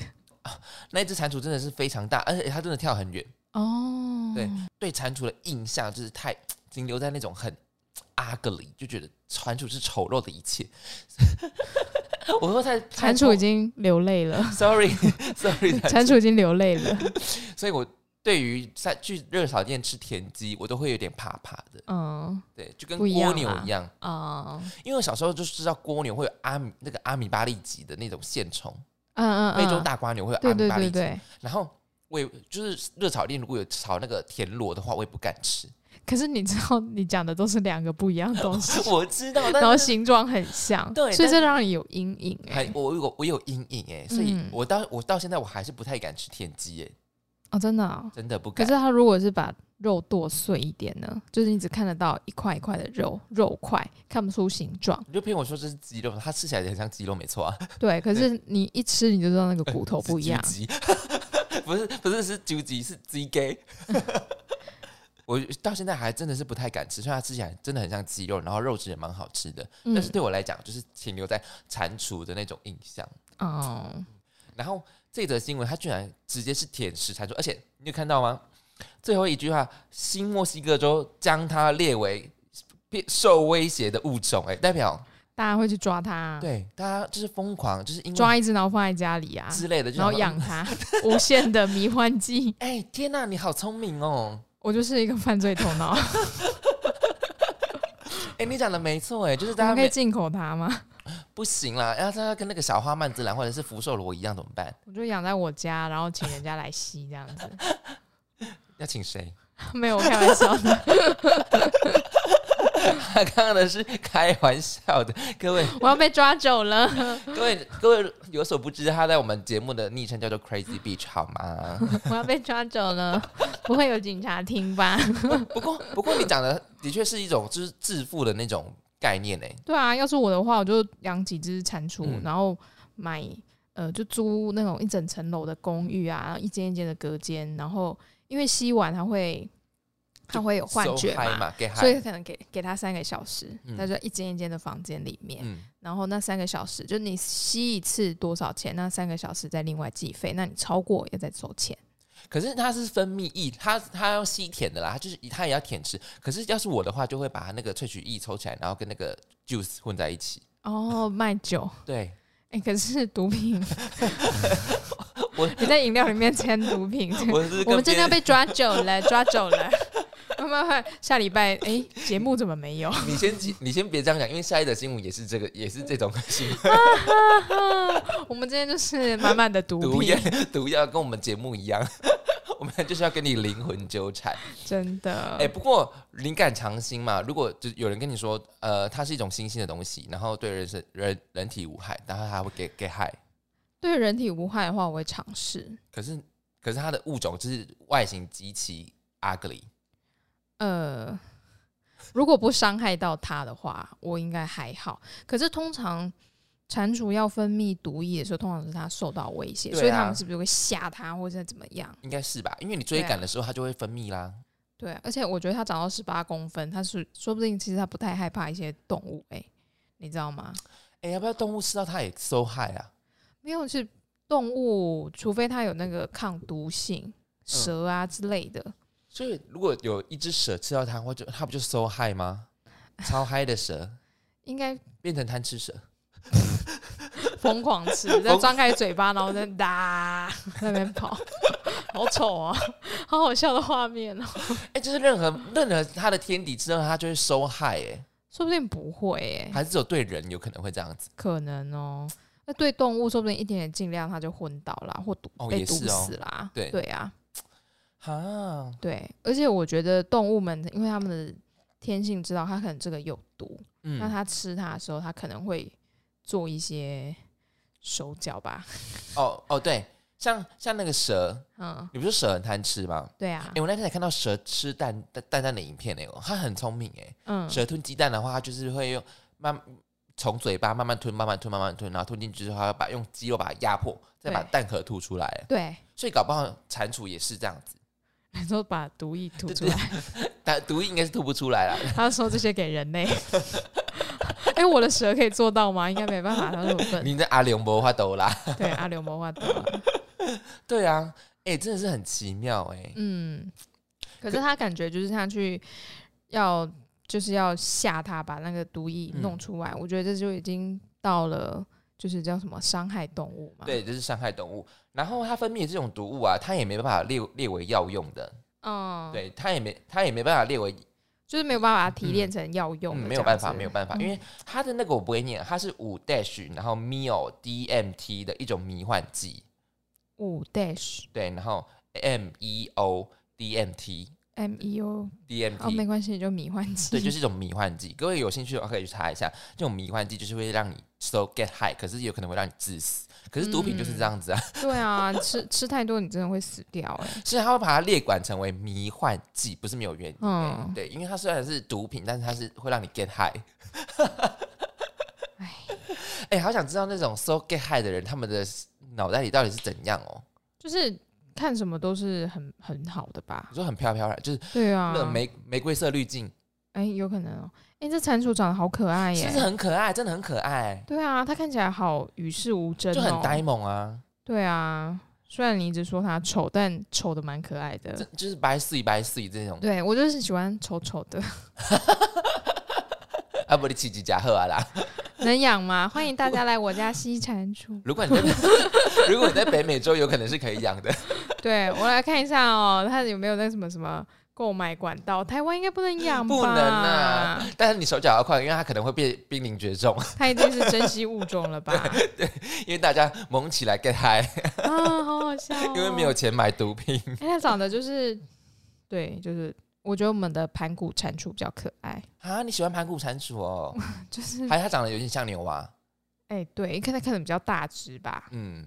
[SPEAKER 1] 那一只蟾蜍真的是非常大，而且它真的跳很远。
[SPEAKER 2] 哦，
[SPEAKER 1] 对对蟾蜍的印象就是太停留在那种很 ugly，就觉得蟾蜍是丑陋的一切。 我说太
[SPEAKER 2] 蟾蜍已经流泪了。
[SPEAKER 1] ，sorry sorry，
[SPEAKER 2] 蟾蜍已经流泪了。
[SPEAKER 1] 所以我对于在去热炒店吃田鸡，我都会有点怕怕的，
[SPEAKER 2] 嗯
[SPEAKER 1] 对，就跟
[SPEAKER 2] 不一样
[SPEAKER 1] 蜗牛
[SPEAKER 2] 啦
[SPEAKER 1] 一样，
[SPEAKER 2] 啊，
[SPEAKER 1] 因为我小时候就知道蜗牛会有阿米那个阿米巴利级的那种线虫，
[SPEAKER 2] 嗯嗯，
[SPEAKER 1] 非洲
[SPEAKER 2] 嗯
[SPEAKER 1] 大瓜牛会有
[SPEAKER 2] 对
[SPEAKER 1] 阿
[SPEAKER 2] 对
[SPEAKER 1] 米巴利
[SPEAKER 2] 对
[SPEAKER 1] 级，
[SPEAKER 2] 对。
[SPEAKER 1] 然后。我也就是热炒店，如果有炒那个田螺的话，我也不敢吃。
[SPEAKER 2] 可是你知道，你讲的都是两个不一样的 东西，
[SPEAKER 1] 我知道，但
[SPEAKER 2] 然后
[SPEAKER 1] 是
[SPEAKER 2] 形状很像，
[SPEAKER 1] 啊对
[SPEAKER 2] 所以
[SPEAKER 1] 但
[SPEAKER 2] 这让你有阴影哎、
[SPEAKER 1] 还我有我有阴影哎、所以
[SPEAKER 2] 嗯
[SPEAKER 1] 我到我到现在我还是不太敢吃田鸡哎、
[SPEAKER 2] 哦，真的、哦。
[SPEAKER 1] 真的不
[SPEAKER 2] 可
[SPEAKER 1] 敢
[SPEAKER 2] 是。它如果是把肉剁碎一点呢，就是你只看得到一块一块的肉肉块，看不出形状。
[SPEAKER 1] 你就骗我说这是鸡肉，它吃起来也很像鸡肉，没错啊，
[SPEAKER 2] 对，可是你一吃你就知道那个骨头
[SPEAKER 1] 是
[SPEAKER 2] 不一样
[SPEAKER 1] 猪。鸡，不是不是是猪鸡，是鸡鸡。 我到现在还真的是不太敢吃，虽然它吃起来真的很像鸡肉，然后肉质也蛮好吃的，
[SPEAKER 2] 嗯
[SPEAKER 1] 但是 对我来讲就是停留在蟾蜍的那种印象。
[SPEAKER 2] 哦，
[SPEAKER 1] 然后这则新闻，它居然直接是舔食蟾蜍，而且你有看到吗？最后一句话，新墨西哥州将它列为受威胁的物种、哎，代表
[SPEAKER 2] 大家会去抓它，
[SPEAKER 1] 对大家就是疯狂，就是因为
[SPEAKER 2] 抓一只然后放在家里啊，
[SPEAKER 1] 之类的，就
[SPEAKER 2] 然后
[SPEAKER 1] 想说
[SPEAKER 2] 养。它，无限的迷幻剂。
[SPEAKER 1] 哎、天呐、你好聪明哦！
[SPEAKER 2] 我就是一个犯罪头脑，
[SPEAKER 1] 哎、你讲的没错，哎，就是
[SPEAKER 2] 我
[SPEAKER 1] 大家
[SPEAKER 2] 们可以
[SPEAKER 1] 没
[SPEAKER 2] 进口它吗？
[SPEAKER 1] 不行啦，哎要大家跟那个小花曼之兰或者是福寿螺一样怎么办？
[SPEAKER 2] 我就养在我家，然后请人家来吸这样子。
[SPEAKER 1] 要请谁？
[SPEAKER 2] 没有，我开玩笑的。
[SPEAKER 1] 刚刚的是开玩笑的，各位
[SPEAKER 2] 我要被抓走了。
[SPEAKER 1] 各位各位有所不知，他在我们节目的昵称叫做 Crazy Beach 好吗？
[SPEAKER 2] 我要被抓走了，不会有警察听吧？
[SPEAKER 1] 不过，不过你讲的的确是一种就是致富的那种概念呢。欸
[SPEAKER 2] 对啊，要是我的话，我就养几只蟾蜍，
[SPEAKER 1] 嗯
[SPEAKER 2] 然后买呃，就租那种一整层楼的公寓啊，然后一间一间的隔间，然后因为吸完它会它会有幻觉
[SPEAKER 1] So high
[SPEAKER 2] 嘛，
[SPEAKER 1] 嘛，给
[SPEAKER 2] 所
[SPEAKER 1] high，
[SPEAKER 2] 以可能给给它三个小时，
[SPEAKER 1] 嗯
[SPEAKER 2] 它就一间一间的房间里面，
[SPEAKER 1] 嗯，
[SPEAKER 2] 然后那三个小时就你吸一次多少钱，那三个小时再另外计费，那你超过要再收钱。
[SPEAKER 1] 可是它是分泌液，它它要吸舔的啦，它就是它也要舔吃。可是要是我的话，就会把它那个萃取液抽起来，然后跟那个 juice 混在一起。
[SPEAKER 2] 哦，卖酒。
[SPEAKER 1] 对，，
[SPEAKER 2] 哎、可是毒品
[SPEAKER 1] 我
[SPEAKER 2] 你在饮料里面掺毒品，
[SPEAKER 1] 我是
[SPEAKER 2] 我
[SPEAKER 1] 跟
[SPEAKER 2] 们
[SPEAKER 1] 别
[SPEAKER 2] 真的要
[SPEAKER 1] 人，
[SPEAKER 2] 被抓走了，抓走了。慢慢慢，下礼拜哎，节、目怎么没有？
[SPEAKER 1] 你先你先别这样讲，因为下一则新闻也是这个，也是这种 新闻
[SPEAKER 2] 我们今天就是满满的毒
[SPEAKER 1] 毒
[SPEAKER 2] 品
[SPEAKER 1] 药，毒药跟我们节目一样， 我们就是要跟你灵魂纠缠。
[SPEAKER 2] 真的。
[SPEAKER 1] 哎、不过灵感常新嘛，如果就有人跟你说，呃，它是一种新兴的东西，然后对人身人人体无害，然后它还会给给害，
[SPEAKER 2] 对人体无害的话，我会尝试。
[SPEAKER 1] 可是可是它的物种就是外形极其 ugly，
[SPEAKER 2] 呃，如果不伤害到它的话，我应该还好。可是通常蟾蜍要分泌毒液的时候，通常是它受到威胁，
[SPEAKER 1] 对啊
[SPEAKER 2] 所以他们是不是会吓它，或者是怎么样？
[SPEAKER 1] 应该是吧？因为你
[SPEAKER 2] 啊
[SPEAKER 1] 追赶的时候，它就会分泌啦。
[SPEAKER 2] 对，而且我觉得它长到十八公分，它是说不定其实它不太害怕一些动物、欸，你知道吗？
[SPEAKER 1] 哎、要不要动物吃到它也受害啊？
[SPEAKER 2] 没有是动物，除非它有那个抗毒性，蛇啊之类的。
[SPEAKER 1] 所以如果有一只蛇吃到它，或者它不就受害吗？超嗨的蛇
[SPEAKER 2] 应该
[SPEAKER 1] 变成贪吃蛇，
[SPEAKER 2] 疯狂吃，再张开嘴巴，然后再哒在那边跑，好丑啊， 好好笑的画面哦、
[SPEAKER 1] 哎、就是任何任何它的天敌之后，它就会受害、欸，
[SPEAKER 2] 说不定不会诶、
[SPEAKER 1] 还是只有对人有可能会这样子。
[SPEAKER 2] 可能哦、那对动物说不定一点点尽量它就昏倒啦，或毒、
[SPEAKER 1] 哦
[SPEAKER 2] 被
[SPEAKER 1] 也
[SPEAKER 2] 毒
[SPEAKER 1] 是哦
[SPEAKER 2] 死啦。
[SPEAKER 1] 对
[SPEAKER 2] 对啊，
[SPEAKER 1] 哈，
[SPEAKER 2] 对，而且我觉得动物们因为它们的天性知道它可能这个有毒，那
[SPEAKER 1] 嗯，
[SPEAKER 2] 它吃它的时候，它可能会做一些手脚吧。
[SPEAKER 1] 哦哦，对，像像那个蛇，
[SPEAKER 2] 嗯，
[SPEAKER 1] 你不是蛇很贪吃吗？
[SPEAKER 2] 对啊
[SPEAKER 1] 哎、，我那天才看到蛇吃蛋蛋蛋蛋的影片哎、欸，它很聪明哎、
[SPEAKER 2] 嗯，
[SPEAKER 1] 蛇吞鸡蛋的话，它就是会用慢从嘴巴慢慢吞，慢慢吞，慢慢吞，然后吞进去之后，它要把用肌肉把它压迫，再把
[SPEAKER 2] 对
[SPEAKER 1] 蛋壳吐出来。
[SPEAKER 2] 对，
[SPEAKER 1] 所以搞不好蟾蜍也是这样子，
[SPEAKER 2] 你说把毒液吐
[SPEAKER 1] 对
[SPEAKER 2] 出
[SPEAKER 1] 对
[SPEAKER 2] 来，
[SPEAKER 1] 但毒液应该是吐不出来 啦。
[SPEAKER 2] 他说这些给人类。 哎、我的蛇可以做到吗？应该没办法，他说我笨。
[SPEAKER 1] 你在阿龙博花斗啦，
[SPEAKER 2] 对，阿刘魔化毒啊。
[SPEAKER 1] 对啊，哎、真的是很奇妙哎、
[SPEAKER 2] 嗯，可
[SPEAKER 1] 可
[SPEAKER 2] 是他感觉就是他去要就是要吓他，把那个毒液弄
[SPEAKER 1] 嗯
[SPEAKER 2] 出来。我觉得这就已经到了就是叫什么伤害动物嘛。，
[SPEAKER 1] 对，这是伤害动物。然后它分泌的这种毒物啊，它也没办法列列为药用的，
[SPEAKER 2] 嗯，，
[SPEAKER 1] 对，它也没它也没办法列为
[SPEAKER 2] 就是没有办法把它提炼成药用
[SPEAKER 1] 嗯
[SPEAKER 2] 的、嗯
[SPEAKER 1] 没有办法，没有
[SPEAKER 2] 法。
[SPEAKER 1] 办法，因为它的那个我不会念，它是五 dash 然后 mil DMT 的一种迷幻剂，
[SPEAKER 2] 五 dash
[SPEAKER 1] 对，然后 M E O DMT
[SPEAKER 2] M E O 哦，没
[SPEAKER 1] DMT，、
[SPEAKER 2] 关系，就迷幻剂。
[SPEAKER 1] 嗯对，就是一种迷幻剂。各位有兴趣的话可以去查一下，这种迷幻剂就是会让你 so get high，可是有可能会让你致死。可是毒品
[SPEAKER 2] 嗯
[SPEAKER 1] 就是这样子啊，
[SPEAKER 2] 对啊，吃吃太多你真的会死掉哎、
[SPEAKER 1] 所以它会把它列管成为迷幻剂，不是没有原因。
[SPEAKER 2] 嗯
[SPEAKER 1] 对，因为它虽然是毒品，但是它是会让你 get high。
[SPEAKER 2] 哎，
[SPEAKER 1] 哎、好想知道那种 so get high 的人，他们的脑袋里到底是怎样哦？
[SPEAKER 2] 就是看什么都是很很好的吧
[SPEAKER 1] 你？说很飘飘然，就是
[SPEAKER 2] 对啊
[SPEAKER 1] 那，个玫、玫瑰色滤镜，
[SPEAKER 2] 哎、有可能哦、哎、这蟾蜍长得好可爱耶、
[SPEAKER 1] 是不是很可爱？真的很可爱，
[SPEAKER 2] 对啊，它看起来好与世无争、哦，
[SPEAKER 1] 就很呆。萌啊，
[SPEAKER 2] 对啊，虽然你一直说它丑，但丑的蛮可爱
[SPEAKER 1] 这
[SPEAKER 2] 的。
[SPEAKER 1] 就是白碎白碎这种。
[SPEAKER 2] 对我就是喜欢丑丑 的，
[SPEAKER 1] 啊，不，你奇迹加贺啊啦！
[SPEAKER 2] 能养吗？欢迎大家来我家吸蟾蜍。
[SPEAKER 1] 如果你在 如果你在北美洲，有可能是可以养的。
[SPEAKER 2] 对我来看一下哦，它有没有那什么什么购买管道？台湾应该不能养吧？
[SPEAKER 1] 不能啊，但是你手脚要快，因为它可能会被濒临绝种，
[SPEAKER 2] 它一定是珍惜物种 了吧？
[SPEAKER 1] 因为大家猛起来 get high，
[SPEAKER 2] 啊，好好笑、哦。
[SPEAKER 1] 因为没有钱买毒品。
[SPEAKER 2] 哎、它长得就是，对，就是我觉得我们的盘古蟾蜍比较可爱，
[SPEAKER 1] 啊，你喜欢盘古蟾蜍哦？
[SPEAKER 2] 就是
[SPEAKER 1] 还有它长得有点像牛蛙，
[SPEAKER 2] 哎、对，看它可能比较大只吧。
[SPEAKER 1] 嗯，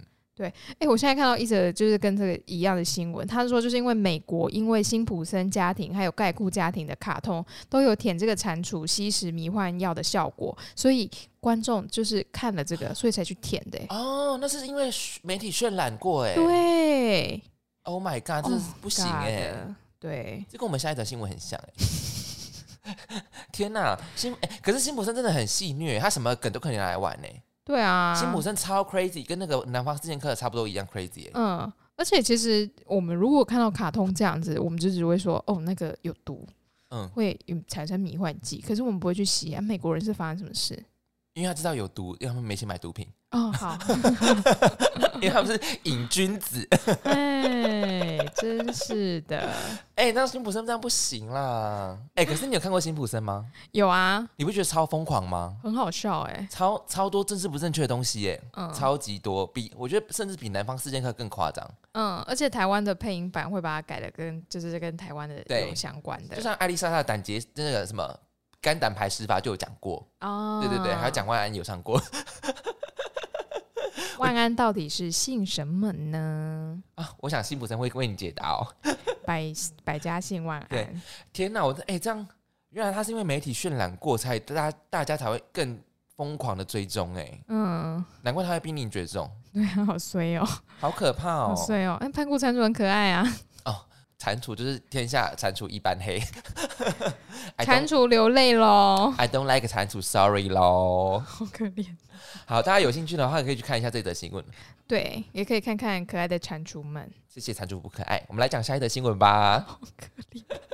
[SPEAKER 2] 哎、我现在看到一则就是跟这个一样的新闻，他说就是因为美国因为辛普森家庭还有盖库家庭的卡通都有舔这个蟾蜍吸食迷幻药的效果，所以观众就是看了这个，所以才去舔的、欸
[SPEAKER 1] 哦，那是因为媒体渲染过哎。
[SPEAKER 2] 对，
[SPEAKER 1] ，Oh my god，这是不行哎、
[SPEAKER 2] God，对，
[SPEAKER 1] 这跟我们下一则新闻很像哎、 天呐，辛哎、可是辛普森真的很戏虐，他什么梗都可以拿来玩呢、
[SPEAKER 2] 对啊，
[SPEAKER 1] 辛普森超 crazy，跟那个南方四剑客差不多一样 crazy、欸。
[SPEAKER 2] 嗯，而且其实我们如果看到卡通这样子，我们就只会说哦，那个有毒，
[SPEAKER 1] 嗯，
[SPEAKER 2] 会有产生迷幻剂，可是我们不会去洗啊。美国人是发生什么事？
[SPEAKER 1] 因为他知道有毒，因为他们没钱买毒品，
[SPEAKER 2] 哦， 好，
[SPEAKER 1] 因为他们是瘾君子。
[SPEAKER 2] 哎，真是的，
[SPEAKER 1] 哎、那辛普森这样不行啦。哎、可是你有看过辛普森吗？
[SPEAKER 2] 有啊，
[SPEAKER 1] 你不觉得超疯狂吗？
[SPEAKER 2] 很好笑哎、
[SPEAKER 1] 超超多政治不正确的东西耶、
[SPEAKER 2] 嗯，
[SPEAKER 1] 超级多，比我觉得甚至比南方四剑客更夸张。
[SPEAKER 2] 嗯，而且台湾的配音版会把它改的跟就是跟台湾的
[SPEAKER 1] 对
[SPEAKER 2] 有相关的，
[SPEAKER 1] 就像艾丽莎莎的胆结那个什么肝胆排石法就有讲过，
[SPEAKER 2] 哦，
[SPEAKER 1] 对对对，还有蒋万安有上过
[SPEAKER 2] 万安到底是姓什么呢？
[SPEAKER 1] 啊。我想辛普森会为你解答哦。
[SPEAKER 2] 百百家姓万
[SPEAKER 1] 对
[SPEAKER 2] 安，
[SPEAKER 1] 天哪，我哎、这样，原来他是因为媒体渲染过，才大家大家才会更疯狂的追踪哎、
[SPEAKER 2] 嗯，
[SPEAKER 1] 难怪他会濒临绝种，
[SPEAKER 2] 对啊，好衰哦。
[SPEAKER 1] 好可怕
[SPEAKER 2] 好
[SPEAKER 1] 哦。
[SPEAKER 2] 帅哦！哎，潘固蟾蜍很可爱啊，
[SPEAKER 1] 蟾蜍就是天下蟾蜍一般黑，I
[SPEAKER 2] 蟾
[SPEAKER 1] don't
[SPEAKER 2] 蜍流泪喽，
[SPEAKER 1] I don't like 蟾蜍，sorry 咯。
[SPEAKER 2] 好可怜。
[SPEAKER 1] 好，大家有兴趣的话可以去看一下这则新闻。
[SPEAKER 2] 对，也可以看看可爱的蟾蜍们。
[SPEAKER 1] 谢谢蟾蜍不可爱，我们来讲下一则新闻吧。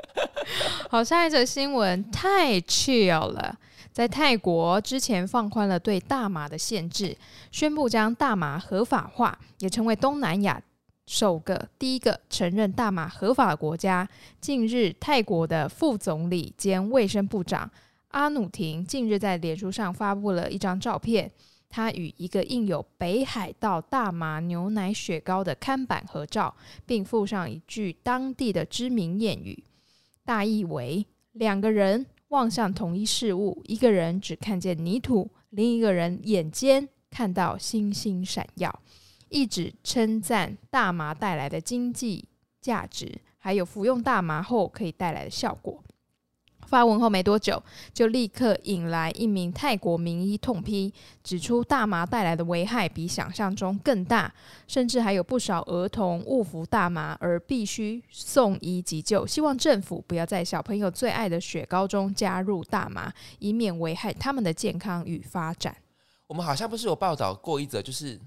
[SPEAKER 2] 好，下一则新闻太 chill 了。在泰国之前放宽了对大麻的限制，宣布将大麻合法化，也成为东南亚首个、第一个承认大麻合法的国家。近日，泰国的副总理兼卫生部长阿努廷近日在脸书上发布了一张照片，他与一个印有“北海道大麻牛奶雪糕”的看板合照，并附上一句当地的知名谚语，大意为：两个人望向同一事物，一个人只看见泥土，另一个人眼尖看到星星闪耀，一直称赞大麻带来的经济价值，还有服用大麻后可以带来的效果。发文后没多久，就立刻引来一名泰国名医痛批，指出大麻带来的危害比想象中更大，甚至还有不少儿童误服大麻而必须送医急救。希望政府不要在小朋友最爱的雪糕中加入大麻，以免危害他们的健康与发展。
[SPEAKER 1] 我们好像不是有报道过一则，就是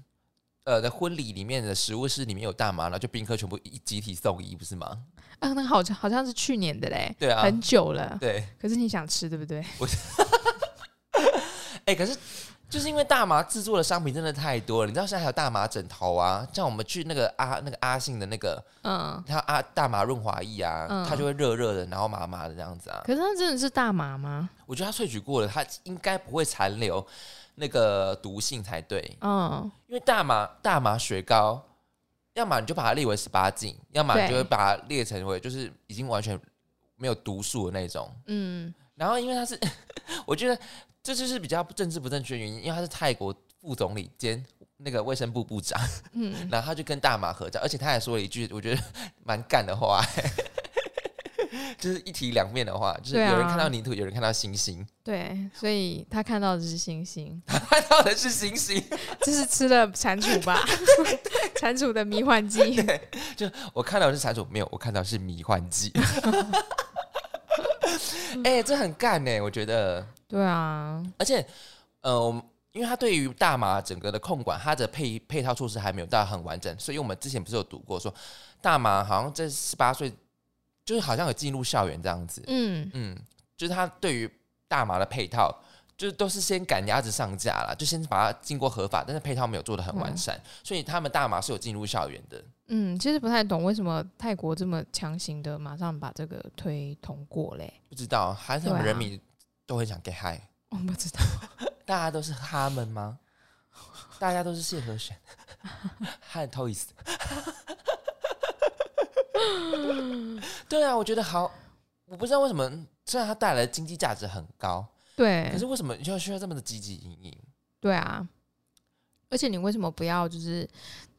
[SPEAKER 1] 呃，在婚礼里面的食物室里面有大麻，然后就宾客全部一集体送医，不是吗？
[SPEAKER 2] 啊，那个好像好像是去年的嘞，
[SPEAKER 1] 对啊，
[SPEAKER 2] 很久了。
[SPEAKER 1] 对，
[SPEAKER 2] 可是你想吃对不对？
[SPEAKER 1] 哎、可是就是因为大麻制作的商品真的太多了，你知道现在还有大麻枕头啊，像我们去那个阿那个阿信的那个，
[SPEAKER 2] 嗯，
[SPEAKER 1] 他阿大麻润滑液啊，
[SPEAKER 2] 嗯
[SPEAKER 1] 它就会热热的，然后麻麻的这样子啊。
[SPEAKER 2] 可是那真的是大麻吗？
[SPEAKER 1] 我觉得它萃取过了，它应该不会残留那个毒性才对，
[SPEAKER 2] 嗯，
[SPEAKER 1] 因为大麻大麻雪糕。要么你就把它列为十八禁，要么你就
[SPEAKER 2] 对
[SPEAKER 1] 会把它列成为就是已经完全没有毒素的那种。
[SPEAKER 2] 嗯，
[SPEAKER 1] 然后因为他是， 我觉得这就是比较政治不正确的原因，因为他是泰国副总理兼那个卫生部部 长，
[SPEAKER 2] 嗯，
[SPEAKER 1] 然后他就跟大马合照，而且他还说了一句我觉得蛮干的话、 就是一体两面的话，就是
[SPEAKER 2] 对啊
[SPEAKER 1] 有人看到泥土，有人看到星星，
[SPEAKER 2] 对，所以他看到的是星星，
[SPEAKER 1] 看到的是星星。
[SPEAKER 2] 这是吃了蟾蜍 吧？蟾蜍的迷幻剂。
[SPEAKER 1] 我看到的是啥种没有，我看到的是迷幻剂。 哎、这很干呢、我觉得，
[SPEAKER 2] 对啊，
[SPEAKER 1] 而且，呃，我们因为他对于大麻整个的控管，它的配配套措施还没有到很完整，所以我们之前不是有读过说，大麻好像在十八岁，就是好像有进入校园这样子，
[SPEAKER 2] 嗯，
[SPEAKER 1] 嗯，就是他对于大麻的配套，就是都是先赶鸭子上架啦，就先把它经过合法，但是配套没有做的很完善，所以他们大麻是有进入校园的，
[SPEAKER 2] 嗯，其实不太懂为什么泰国这么强行的马上把这个推通过嘞，
[SPEAKER 1] 不知道还是我们
[SPEAKER 2] 对啊
[SPEAKER 1] 人民都很想 get high，
[SPEAKER 2] 我不知道。
[SPEAKER 1] 大家都是哈们吗？大家都是谢和弦和 Toys。对啊，我觉得好，我不知道为什么，虽然它带来的经济价值很高，
[SPEAKER 2] 对
[SPEAKER 1] 可，是为什么就需要这么的积极营营？
[SPEAKER 2] 对啊，而且你为什么不要就是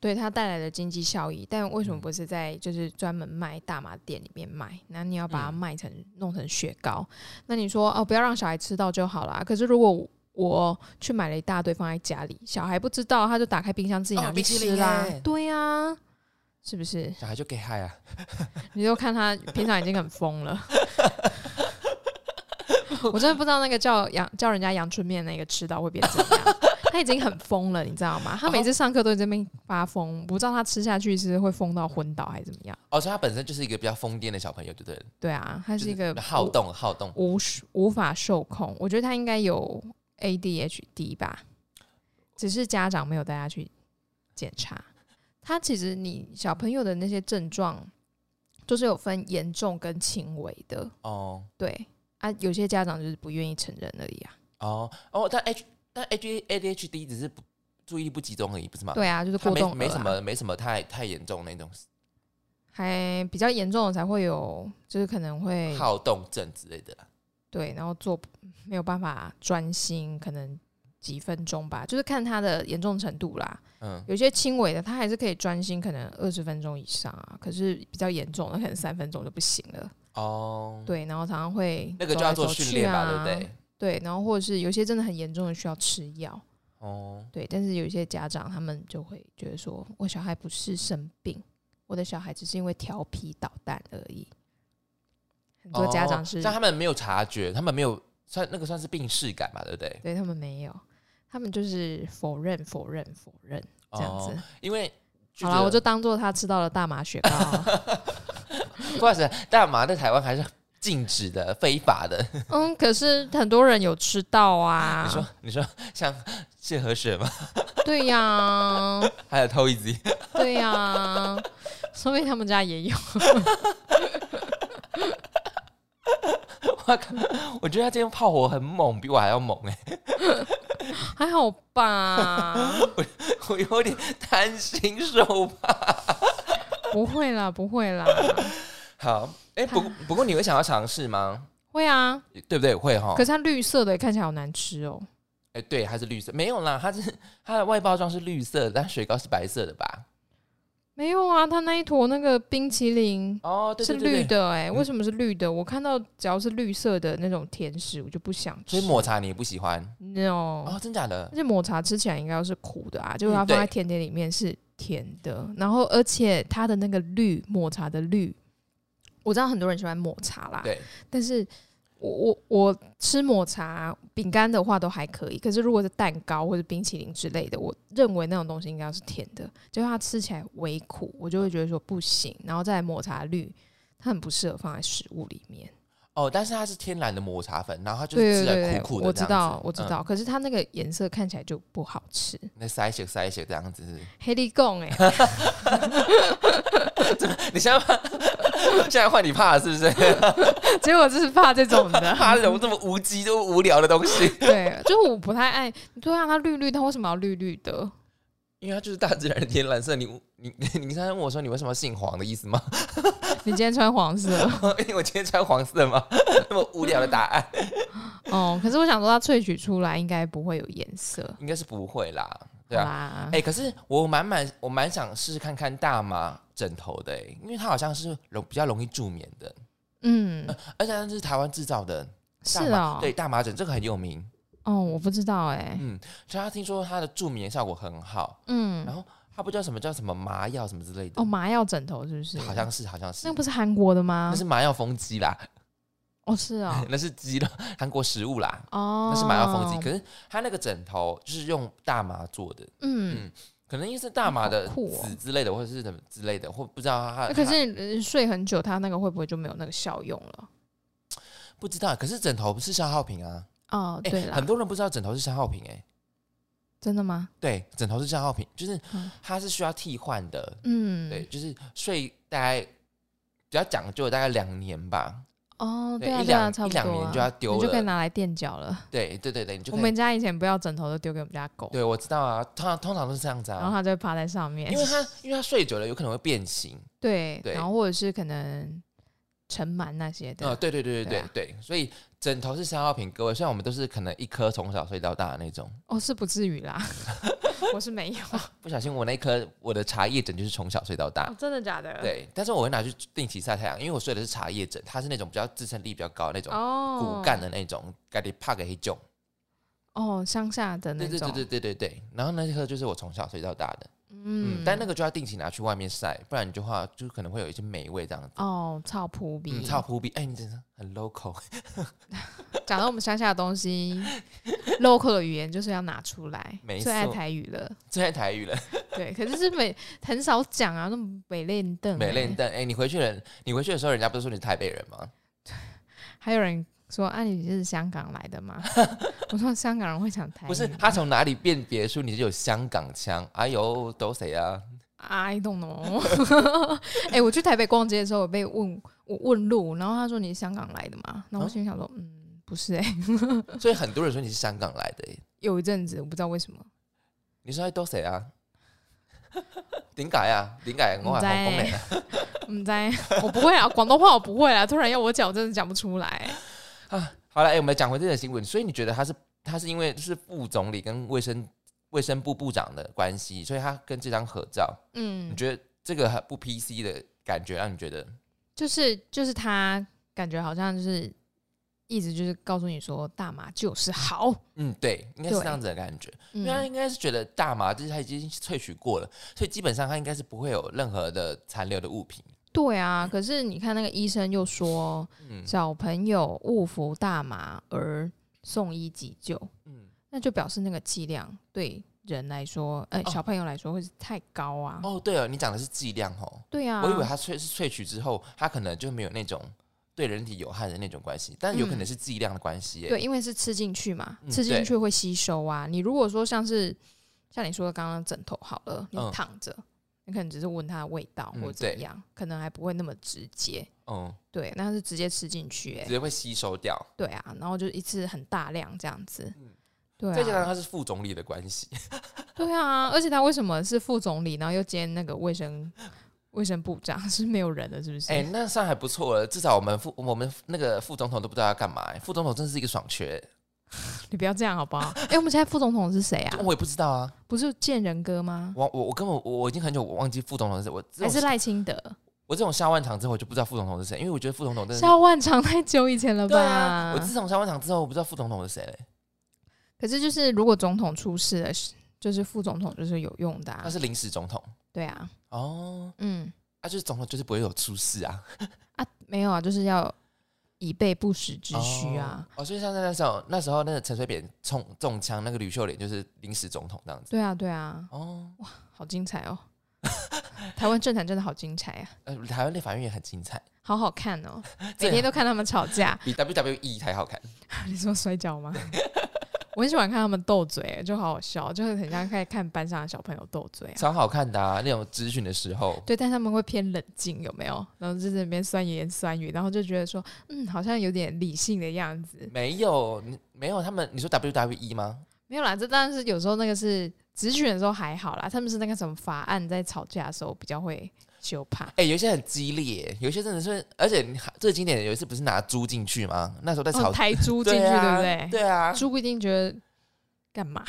[SPEAKER 2] 对它带来的经济效益？但为什么
[SPEAKER 1] 嗯
[SPEAKER 2] 不是在就是专门卖大麻店里面卖？那你要把它
[SPEAKER 1] 嗯
[SPEAKER 2] 卖成、弄成雪糕？那你说哦，不要让小孩吃到就好啦。可是如果我去买了一大堆放在家里，小孩不知道，他就打开冰箱自己
[SPEAKER 1] 哦
[SPEAKER 2] 拿去
[SPEAKER 1] 冰淇
[SPEAKER 2] 吃
[SPEAKER 1] 淋
[SPEAKER 2] 啦。
[SPEAKER 1] 耶
[SPEAKER 2] 对啊，是不是？
[SPEAKER 1] 小孩就给嗨啊！
[SPEAKER 2] 你就 看他平常已经很疯了。我真的不知道那个叫杨叫人家阳春面那个吃到会变怎样，他已经很疯了，你知道吗？他每次上课都在这边发疯，不知道他吃下去是会疯到昏倒还是怎么样。
[SPEAKER 1] 哦，所以他本身就是一个比较疯癫的小朋友，对不对了？
[SPEAKER 2] 对啊，他
[SPEAKER 1] 就是
[SPEAKER 2] 一个
[SPEAKER 1] 好动、好动。
[SPEAKER 2] 无无法受控，我觉得他应该有 ADHD 吧，只是家长没有带他去检查。他其实你小朋友的那些症状，就是有分严重跟轻微的。
[SPEAKER 1] 哦
[SPEAKER 2] 对啊，有些家长就是不愿意承认而已啊。
[SPEAKER 1] 哦哦，但 H 但 H A D H D 只是不注意力不集中而已，不是吗？
[SPEAKER 2] 对啊，就是
[SPEAKER 1] 他
[SPEAKER 2] 过
[SPEAKER 1] 没
[SPEAKER 2] 动、
[SPEAKER 1] 没什，么没什么太太严重那种
[SPEAKER 2] 还比较严重的才会有，就是可能会
[SPEAKER 1] 好动症之类的啦。
[SPEAKER 2] 对，然后做不没有办法专心，可能几分钟吧，就是看他的严重程度啦。
[SPEAKER 1] 嗯，
[SPEAKER 2] 有些轻微的他还是可以专心，可能二十分钟以上啊，可是比较严重的可能三分钟就不行了。
[SPEAKER 1] 哦，
[SPEAKER 2] 对，然后常常会
[SPEAKER 1] 那个
[SPEAKER 2] 走
[SPEAKER 1] 就要
[SPEAKER 2] 来
[SPEAKER 1] 做
[SPEAKER 2] 走
[SPEAKER 1] 训
[SPEAKER 2] 去
[SPEAKER 1] 练吧，对
[SPEAKER 2] 啊
[SPEAKER 1] 不对？
[SPEAKER 2] 对，然后或者是有些真的很严重的需要吃药。
[SPEAKER 1] 哦，
[SPEAKER 2] 对，但是有一些家长他们就会觉得说，我小孩不是生病，我的小孩只是因为调皮捣蛋而已。很多家长是、
[SPEAKER 1] 哦但他们没有察觉，他们没有算那个算是病视感嘛，对不对？
[SPEAKER 2] 对他们没有，他们就是否认、否认、否认这样子。
[SPEAKER 1] 哦，因为
[SPEAKER 2] 好了，我
[SPEAKER 1] 觉
[SPEAKER 2] 就当做他吃到了大麻雪糕啊。
[SPEAKER 1] 得不好意思，大麻在台湾还是禁止的、非法的。
[SPEAKER 2] 嗯，可是很多人有吃到
[SPEAKER 1] 你说
[SPEAKER 2] 啊。，
[SPEAKER 1] 你说像谢和雪吗？
[SPEAKER 2] 对呀、
[SPEAKER 1] 还有偷一 y
[SPEAKER 2] 对对呀、说不定他们家也有。
[SPEAKER 1] 我觉得他今天炮火很猛，比我还要猛哎、
[SPEAKER 2] 还好吧？
[SPEAKER 1] 我有点担心受怕。
[SPEAKER 2] 不会啦，不会啦，
[SPEAKER 1] 好，哎、不过不过你会想要尝试吗？
[SPEAKER 2] 会啊。
[SPEAKER 1] 对不对？会哈
[SPEAKER 2] 可。是它绿色的也看起来好难吃哦。
[SPEAKER 1] 哎、对，它是绿色，没有啦，它是 它的外包装是绿色的，但雪糕是白色的吧？
[SPEAKER 2] 没有啊，它那一坨那个冰淇淋
[SPEAKER 1] 哦，对
[SPEAKER 2] 是
[SPEAKER 1] 对对对
[SPEAKER 2] 绿的哎、
[SPEAKER 1] 嗯
[SPEAKER 2] 为什么是绿的？我看到只要是绿色的那种甜食，我就不想
[SPEAKER 1] 所
[SPEAKER 2] 吃。
[SPEAKER 1] 以抹茶你也不喜欢
[SPEAKER 2] no，、
[SPEAKER 1] 哦？真假的
[SPEAKER 2] 而？且抹茶吃起来应该是苦的啊，结果它
[SPEAKER 1] 嗯对
[SPEAKER 2] 放在甜点里面是甜的，然后而且它的那个绿抹茶的绿，我知道很多人喜欢抹茶啦，
[SPEAKER 1] 对，
[SPEAKER 2] 但是我我我吃抹茶饼干的话都还可以，可是如果是蛋糕或者冰淇淋之类的，我认为那种东西应该要是甜的，就它吃起来微苦，我就会觉得说不行，然后再来抹茶绿。它很不适合放在食物里面，
[SPEAKER 1] 哦，但是它是天然的抹茶粉，然后它就是
[SPEAKER 2] 对
[SPEAKER 1] 吃
[SPEAKER 2] 对
[SPEAKER 1] 起
[SPEAKER 2] 对
[SPEAKER 1] 来
[SPEAKER 2] 对，
[SPEAKER 1] 苦苦的
[SPEAKER 2] 我
[SPEAKER 1] 这
[SPEAKER 2] 知
[SPEAKER 1] 样子
[SPEAKER 2] 道我知，
[SPEAKER 1] 嗯
[SPEAKER 2] 道，可是它那个颜色看起来就不好吃。
[SPEAKER 1] 那塞一些塞一些这样子是。
[SPEAKER 2] 黑利贡哎，
[SPEAKER 1] 你现在怕现在换你怕了是不 是？
[SPEAKER 2] 结果就是怕这种的。
[SPEAKER 1] 怕这种这么无稽、这么无聊的东西？
[SPEAKER 2] 对，就我不太爱。对啊，它绿绿，它为什么要绿绿的？
[SPEAKER 1] 因为它就是大自然的天蓝色。你你你刚才问我说你为什么要姓黄的意思吗？
[SPEAKER 2] 你今天穿黄色
[SPEAKER 1] 因为我今天穿黄色吗？ 那么无聊的答案
[SPEAKER 2] 哦，可是我想说它萃取出来应该不会有颜色。
[SPEAKER 1] 应该是不会啦，对
[SPEAKER 2] 好
[SPEAKER 1] 啊。
[SPEAKER 2] 啦
[SPEAKER 1] 哎、，可是我蛮蛮我蛮想试试看看大麻枕头的、欸，因为它好像是容比较容易助眠的，
[SPEAKER 2] 嗯，
[SPEAKER 1] 而且它是台湾制造的。
[SPEAKER 2] 是
[SPEAKER 1] 呃大麻
[SPEAKER 2] 哦，
[SPEAKER 1] 对，大麻枕这个很有名，
[SPEAKER 2] 哦，我不知道哎，
[SPEAKER 1] 嗯，所以他听说它的助眠效果很好，然
[SPEAKER 2] 嗯
[SPEAKER 1] 后，它不叫什么叫什么麻药什么之类的，
[SPEAKER 2] 哦，麻药枕头是不是？
[SPEAKER 1] 好像是好像是
[SPEAKER 2] 那个，不是韩国的吗
[SPEAKER 1] 那？是麻药风机啦，
[SPEAKER 2] 哦，是 哦，
[SPEAKER 1] 那是鸡了，韩国食物啦，
[SPEAKER 2] 哦，
[SPEAKER 1] 那是麻药风机。可是它那个枕头就是用大麻做的，
[SPEAKER 2] 嗯，
[SPEAKER 1] 可能因为是大麻的
[SPEAKER 2] 好酷哦
[SPEAKER 1] 籽之类的，或者是什么之类的，或不知道它。
[SPEAKER 2] 那可
[SPEAKER 1] 它
[SPEAKER 2] 是呃睡很久，它那个会不会就没有那个效用了？
[SPEAKER 1] 不知道，可是枕头不是消耗品啊。
[SPEAKER 2] 哦，
[SPEAKER 1] 哎
[SPEAKER 2] 对啦
[SPEAKER 1] 很，多人不知道枕头是消耗品哎、
[SPEAKER 2] 真的吗？
[SPEAKER 1] 对，枕头是消耗品，就是
[SPEAKER 2] 嗯
[SPEAKER 1] 它是需要替换的。
[SPEAKER 2] 嗯，
[SPEAKER 1] 对，，就是睡大概比较讲究，大概两年吧。
[SPEAKER 2] 哦，
[SPEAKER 1] 对
[SPEAKER 2] 对啊，
[SPEAKER 1] 一
[SPEAKER 2] 对啊，
[SPEAKER 1] 两
[SPEAKER 2] 差
[SPEAKER 1] 一
[SPEAKER 2] 不多
[SPEAKER 1] 两年
[SPEAKER 2] 啊，
[SPEAKER 1] 就要丢
[SPEAKER 2] 你就可以
[SPEAKER 1] 了
[SPEAKER 2] 拿来垫脚了。
[SPEAKER 1] 对对对对，你就
[SPEAKER 2] 我
[SPEAKER 1] 可以
[SPEAKER 2] 们。家以前不要枕头，都丢给我们家狗，
[SPEAKER 1] 对，我知道啊，通常通常都是这样子
[SPEAKER 2] 然后
[SPEAKER 1] 啊，
[SPEAKER 2] 它就会趴在上面
[SPEAKER 1] 因。为它因为它睡久了有可能会变形。
[SPEAKER 2] 对，
[SPEAKER 1] 对
[SPEAKER 2] 然后或者是可能尘螨那些
[SPEAKER 1] 呃，
[SPEAKER 2] 的。
[SPEAKER 1] 对对对
[SPEAKER 2] 对
[SPEAKER 1] 对
[SPEAKER 2] 啊
[SPEAKER 1] 对对，所以枕头是消耗品，各位，虽然我们都是可能一颗从小睡到大的那种，
[SPEAKER 2] 哦，是不至于 啦，我是没有。
[SPEAKER 1] 不小心我那颗我的茶叶枕就是从小睡到大
[SPEAKER 2] 哦，真的假的？。
[SPEAKER 1] 对，但是我会拿去定期晒太阳，因为我睡的是茶叶枕，它是那种比较支撑力比较高的那种。
[SPEAKER 2] 哦，
[SPEAKER 1] 骨干的那种，盖里怕给黑种，
[SPEAKER 2] 哦，乡下的那
[SPEAKER 1] 对对对
[SPEAKER 2] 种，
[SPEAKER 1] 对对对对。然后那颗就是我从小睡到大的，嗯
[SPEAKER 2] 嗯，
[SPEAKER 1] 但那个就要定期拿去外面晒，不然你就话就可能会有一些霉味这样子。
[SPEAKER 2] 哦，草扑鼻
[SPEAKER 1] 嗯，，超扑鼻，哎、你真的很 local，
[SPEAKER 2] 讲到我们乡下的东西，local 的语言就是要拿出来，
[SPEAKER 1] 没
[SPEAKER 2] 最爱
[SPEAKER 1] 错
[SPEAKER 2] 台语了，
[SPEAKER 1] 最爱台语了，
[SPEAKER 2] 对，可是是美很少讲啊，那么美练凳，欸
[SPEAKER 1] 美练，但哎、你回去人，你回去的时候，人家不是说你是台北人吗？
[SPEAKER 2] 还有人说，啊，你是香港来 的吗？我说香港人会讲台语，
[SPEAKER 1] 不是，他从哪里辨别出你是有香港腔？哎呦，都谁啊？
[SPEAKER 2] I don't know 。 哎、我去台北逛街的时候，我被问我问路，然后他说你是香港来的吗？
[SPEAKER 1] 哦
[SPEAKER 2] 然后我心里想说，嗯，不是哎、
[SPEAKER 1] 所以很多人说你是香港来的耶， 欸
[SPEAKER 2] 有一阵子我不知道为什么，
[SPEAKER 1] 你说哎都谁啊？ 点解啊？点解我系香港人啊？
[SPEAKER 2] 嗯，在我不会啊，广东话我不会啊，突然要我讲，我真的讲不出来。
[SPEAKER 1] 好了，哎、我们讲回这个新闻。所以你觉得他是他是因为是副总理跟卫生卫生部部长的关系，所以他跟这张合照，你
[SPEAKER 2] 嗯，
[SPEAKER 1] 觉得这个很不 PC 的感觉让你觉得
[SPEAKER 2] 就是就是他感觉好像就是一直就是告诉你说大麻就是好，
[SPEAKER 1] 嗯，对，应该是
[SPEAKER 2] 对
[SPEAKER 1] 这样子的感觉，因为他
[SPEAKER 2] 嗯
[SPEAKER 1] 应该是觉得大麻就是他已经萃取过了，所以基本上他应该是不会有任何的残留的物品。
[SPEAKER 2] 对啊。可是你看那个医生又说
[SPEAKER 1] 嗯
[SPEAKER 2] 小朋友误服大麻而送医急救。
[SPEAKER 1] 嗯，
[SPEAKER 2] 那就表示那个剂量对人来说，呃，
[SPEAKER 1] 哦
[SPEAKER 2] 小朋友来说会是太高啊。
[SPEAKER 1] 哦，对了，你讲的是剂量哦，
[SPEAKER 2] 对啊，
[SPEAKER 1] 我以为它萃是萃取之后，它可能就没有那种对人体有害的那种关系，但有可能是剂量的关系耶。
[SPEAKER 2] 对，因为是吃进去嘛，
[SPEAKER 1] 嗯
[SPEAKER 2] 吃进
[SPEAKER 1] 对
[SPEAKER 2] 去会吸收啊。你如果说像是像你说的刚刚枕头好了，你
[SPEAKER 1] 嗯
[SPEAKER 2] 躺着，你可能只是闻它的味道
[SPEAKER 1] 嗯
[SPEAKER 2] 或者怎么
[SPEAKER 1] 对
[SPEAKER 2] 样，可能还不会那么直接。
[SPEAKER 1] 嗯，
[SPEAKER 2] 对，那是直接吃进去、
[SPEAKER 1] 直
[SPEAKER 2] 欸，
[SPEAKER 1] 接会吸收掉。
[SPEAKER 2] 对啊，然后就一次很大量这样子，
[SPEAKER 1] 嗯
[SPEAKER 2] 对
[SPEAKER 1] 再加上
[SPEAKER 2] 啊，
[SPEAKER 1] 他是副总理的关 系，
[SPEAKER 2] 对啊，而且他为什么是副总理，然后又兼那个卫生卫生部长，是没有人的，是不是？
[SPEAKER 1] 哎、那算还不错了，至少我们副我们那个副总统都不知道要干嘛、哎副总统真是一个爽缺，
[SPEAKER 2] 你不要这样好不好？ 哎、我们现在副总统是谁啊？
[SPEAKER 1] 我也不知道啊，
[SPEAKER 2] 不是建仁哥吗？
[SPEAKER 1] 我我我根本我我已经很久我忘记副总统是谁，我这
[SPEAKER 2] 还是
[SPEAKER 1] 种
[SPEAKER 2] 赖清德？
[SPEAKER 1] 我这种下万场之后我就不知道副总统是谁，因为我觉得副总统真的是
[SPEAKER 2] 萧万长太久以前了
[SPEAKER 1] 对
[SPEAKER 2] 吧？
[SPEAKER 1] 啊，我自从下万场之后我不知道副总统是谁
[SPEAKER 2] 啊
[SPEAKER 1] 嘞，
[SPEAKER 2] 可是就是如果总统出事了，是就是副总统就是有用的、
[SPEAKER 1] 他
[SPEAKER 2] 啊，
[SPEAKER 1] 是临时总统
[SPEAKER 2] 对啊，
[SPEAKER 1] 哦，
[SPEAKER 2] 嗯
[SPEAKER 1] 啊就是总统就是不会有出事啊，
[SPEAKER 2] 啊，没有啊，就是要以备不时之需啊。
[SPEAKER 1] 哦，哦，所以像那时候那时候那个陈水扁中中枪，那个吕秀莲就是临时总统这样子
[SPEAKER 2] 对啊，对啊，
[SPEAKER 1] 哦，
[SPEAKER 2] 好精彩 哦！台湾政坛真的好精彩啊，
[SPEAKER 1] 呃，台湾的法院也很精彩，
[SPEAKER 2] 好好看哦，
[SPEAKER 1] 这
[SPEAKER 2] 每天都看他们吵架。
[SPEAKER 1] 比 WWE 还好看。
[SPEAKER 2] 你说摔跤 吗？我很喜欢看他们斗嘴，就好好笑，就是很像在看班上的小朋友斗嘴啊。
[SPEAKER 1] 超好看的啊！那种咨询的时候，
[SPEAKER 2] 对，但他们会偏冷静，有没有？然后就在那边酸言酸语，然后就觉得说，嗯，好像有点理性的样子。
[SPEAKER 1] 没有，你没有他们，你说 WWE 吗？
[SPEAKER 2] 没有啦，这当然是有时候那个是咨询的时候还好啦，他们是那个什么法案在吵架的时候比较会羞怕。
[SPEAKER 1] 哎、有一些很激烈，有一些真的是，而且你最经典的有一次不是拿猪进去吗？那时候在吵
[SPEAKER 2] 哦、抬 猪进去，
[SPEAKER 1] 对啊
[SPEAKER 2] 不对？
[SPEAKER 1] 对啊，
[SPEAKER 2] 猪不一定觉得干嘛，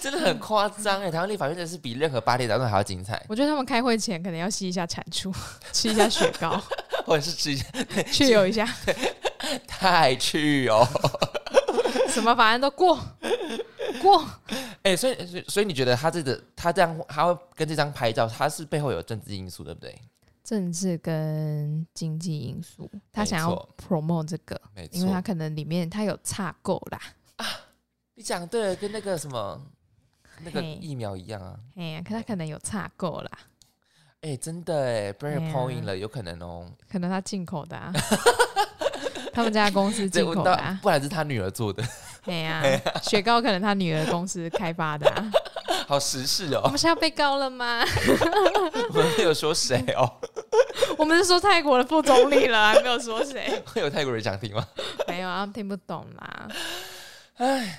[SPEAKER 1] 真的很夸张哎！台湾立法院真的是比任何八点档都还要精彩，
[SPEAKER 2] 我觉得他们开会前可能要吸一下产出， 吃一下雪 糕，
[SPEAKER 1] 或者是直接
[SPEAKER 2] 去游一下，
[SPEAKER 1] 太去 哦。
[SPEAKER 2] 什么法案都过过。
[SPEAKER 1] 哎、所以所以所以你觉得他这个他这样他会跟这张拍照，他是背后有政治因素，对不对？
[SPEAKER 2] 政治跟经济因素，他
[SPEAKER 1] 没
[SPEAKER 2] 想要
[SPEAKER 1] 错
[SPEAKER 2] promote 这个，
[SPEAKER 1] 没
[SPEAKER 2] 因为他可能里面他有差购啦，
[SPEAKER 1] 你讲对了，跟那个什么那个
[SPEAKER 2] 嘿
[SPEAKER 1] 疫苗一样啊。
[SPEAKER 2] 哎呀，可他可能有差购啦，
[SPEAKER 1] 哎、真的哎 b r a n d
[SPEAKER 2] 对啊
[SPEAKER 1] point 了，有可能哦。
[SPEAKER 2] 可能他进口的、啊， 他们家公司
[SPEAKER 1] 这
[SPEAKER 2] 进
[SPEAKER 1] 我
[SPEAKER 2] 口的、
[SPEAKER 1] 那
[SPEAKER 2] 啊，
[SPEAKER 1] 不然是他女儿做的，
[SPEAKER 2] 哎呀，雪糕可能他女儿公司开发的、啊，
[SPEAKER 1] 好时事
[SPEAKER 2] 我
[SPEAKER 1] 哦。
[SPEAKER 2] 们是要被告了吗？
[SPEAKER 1] 我没有说谁哦，
[SPEAKER 2] 我们是说泰国的副总理了，啊还没有说谁，
[SPEAKER 1] 会有泰国人想听吗？
[SPEAKER 2] 没有啊，他们听不懂啦，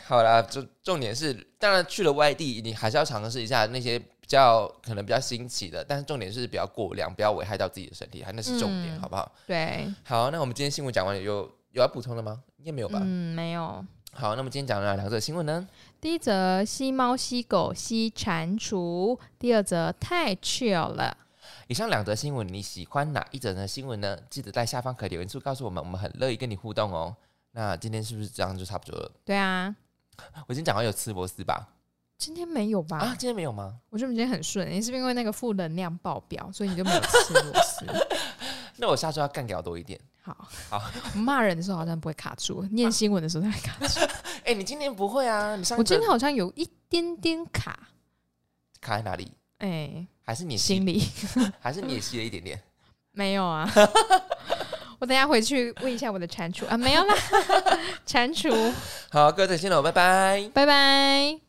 [SPEAKER 1] 好啦，重重点是，当然去了外地，你还是要尝试一下那些比较可能比较新奇的，但是重点是不要过量，不要危害到自己的身体，还那是重点，
[SPEAKER 2] 嗯
[SPEAKER 1] 好不好？
[SPEAKER 2] 对，
[SPEAKER 1] 好，那我们今天新闻讲完了，有有要补充的吗？应该没有吧。
[SPEAKER 2] 嗯，没有。
[SPEAKER 1] 好，那么今天讲了两则新闻呢？
[SPEAKER 2] 第一则吸猫、吸狗、吸蟾蜍；第二则太 chill 了。
[SPEAKER 1] 以上两则新闻，你喜欢哪一则的新闻呢？记得在下方可留言处告诉我们，我们很乐意跟你互动哦。那今天是不是这样就差不多了？
[SPEAKER 2] 对啊，
[SPEAKER 1] 我已经讲完有吃博斯吧？
[SPEAKER 2] 今天没有吧？
[SPEAKER 1] 啊，今天没有吗？
[SPEAKER 2] 我觉得你今天很顺，你是不是因为那个负能量爆表，所以你就没有吃螺丝？
[SPEAKER 1] 那我下周要干掉多一点。
[SPEAKER 2] 好，
[SPEAKER 1] 好，
[SPEAKER 2] 骂人的时候好像不会卡住，念新闻的时候才会卡住。
[SPEAKER 1] 哎、你今天不会啊？你上
[SPEAKER 2] 我
[SPEAKER 1] 一次
[SPEAKER 2] 今天好像有一点点卡，
[SPEAKER 1] 卡在哪里？
[SPEAKER 2] 哎、
[SPEAKER 1] 还是你也吸
[SPEAKER 2] 心里
[SPEAKER 1] 还是你也吸了一点点？
[SPEAKER 2] 没有啊。 我等一下回去问一下我的蟾蜍啊，没有啦，蟾蜍，
[SPEAKER 1] 好，各位再见喽，拜拜。
[SPEAKER 2] 拜拜。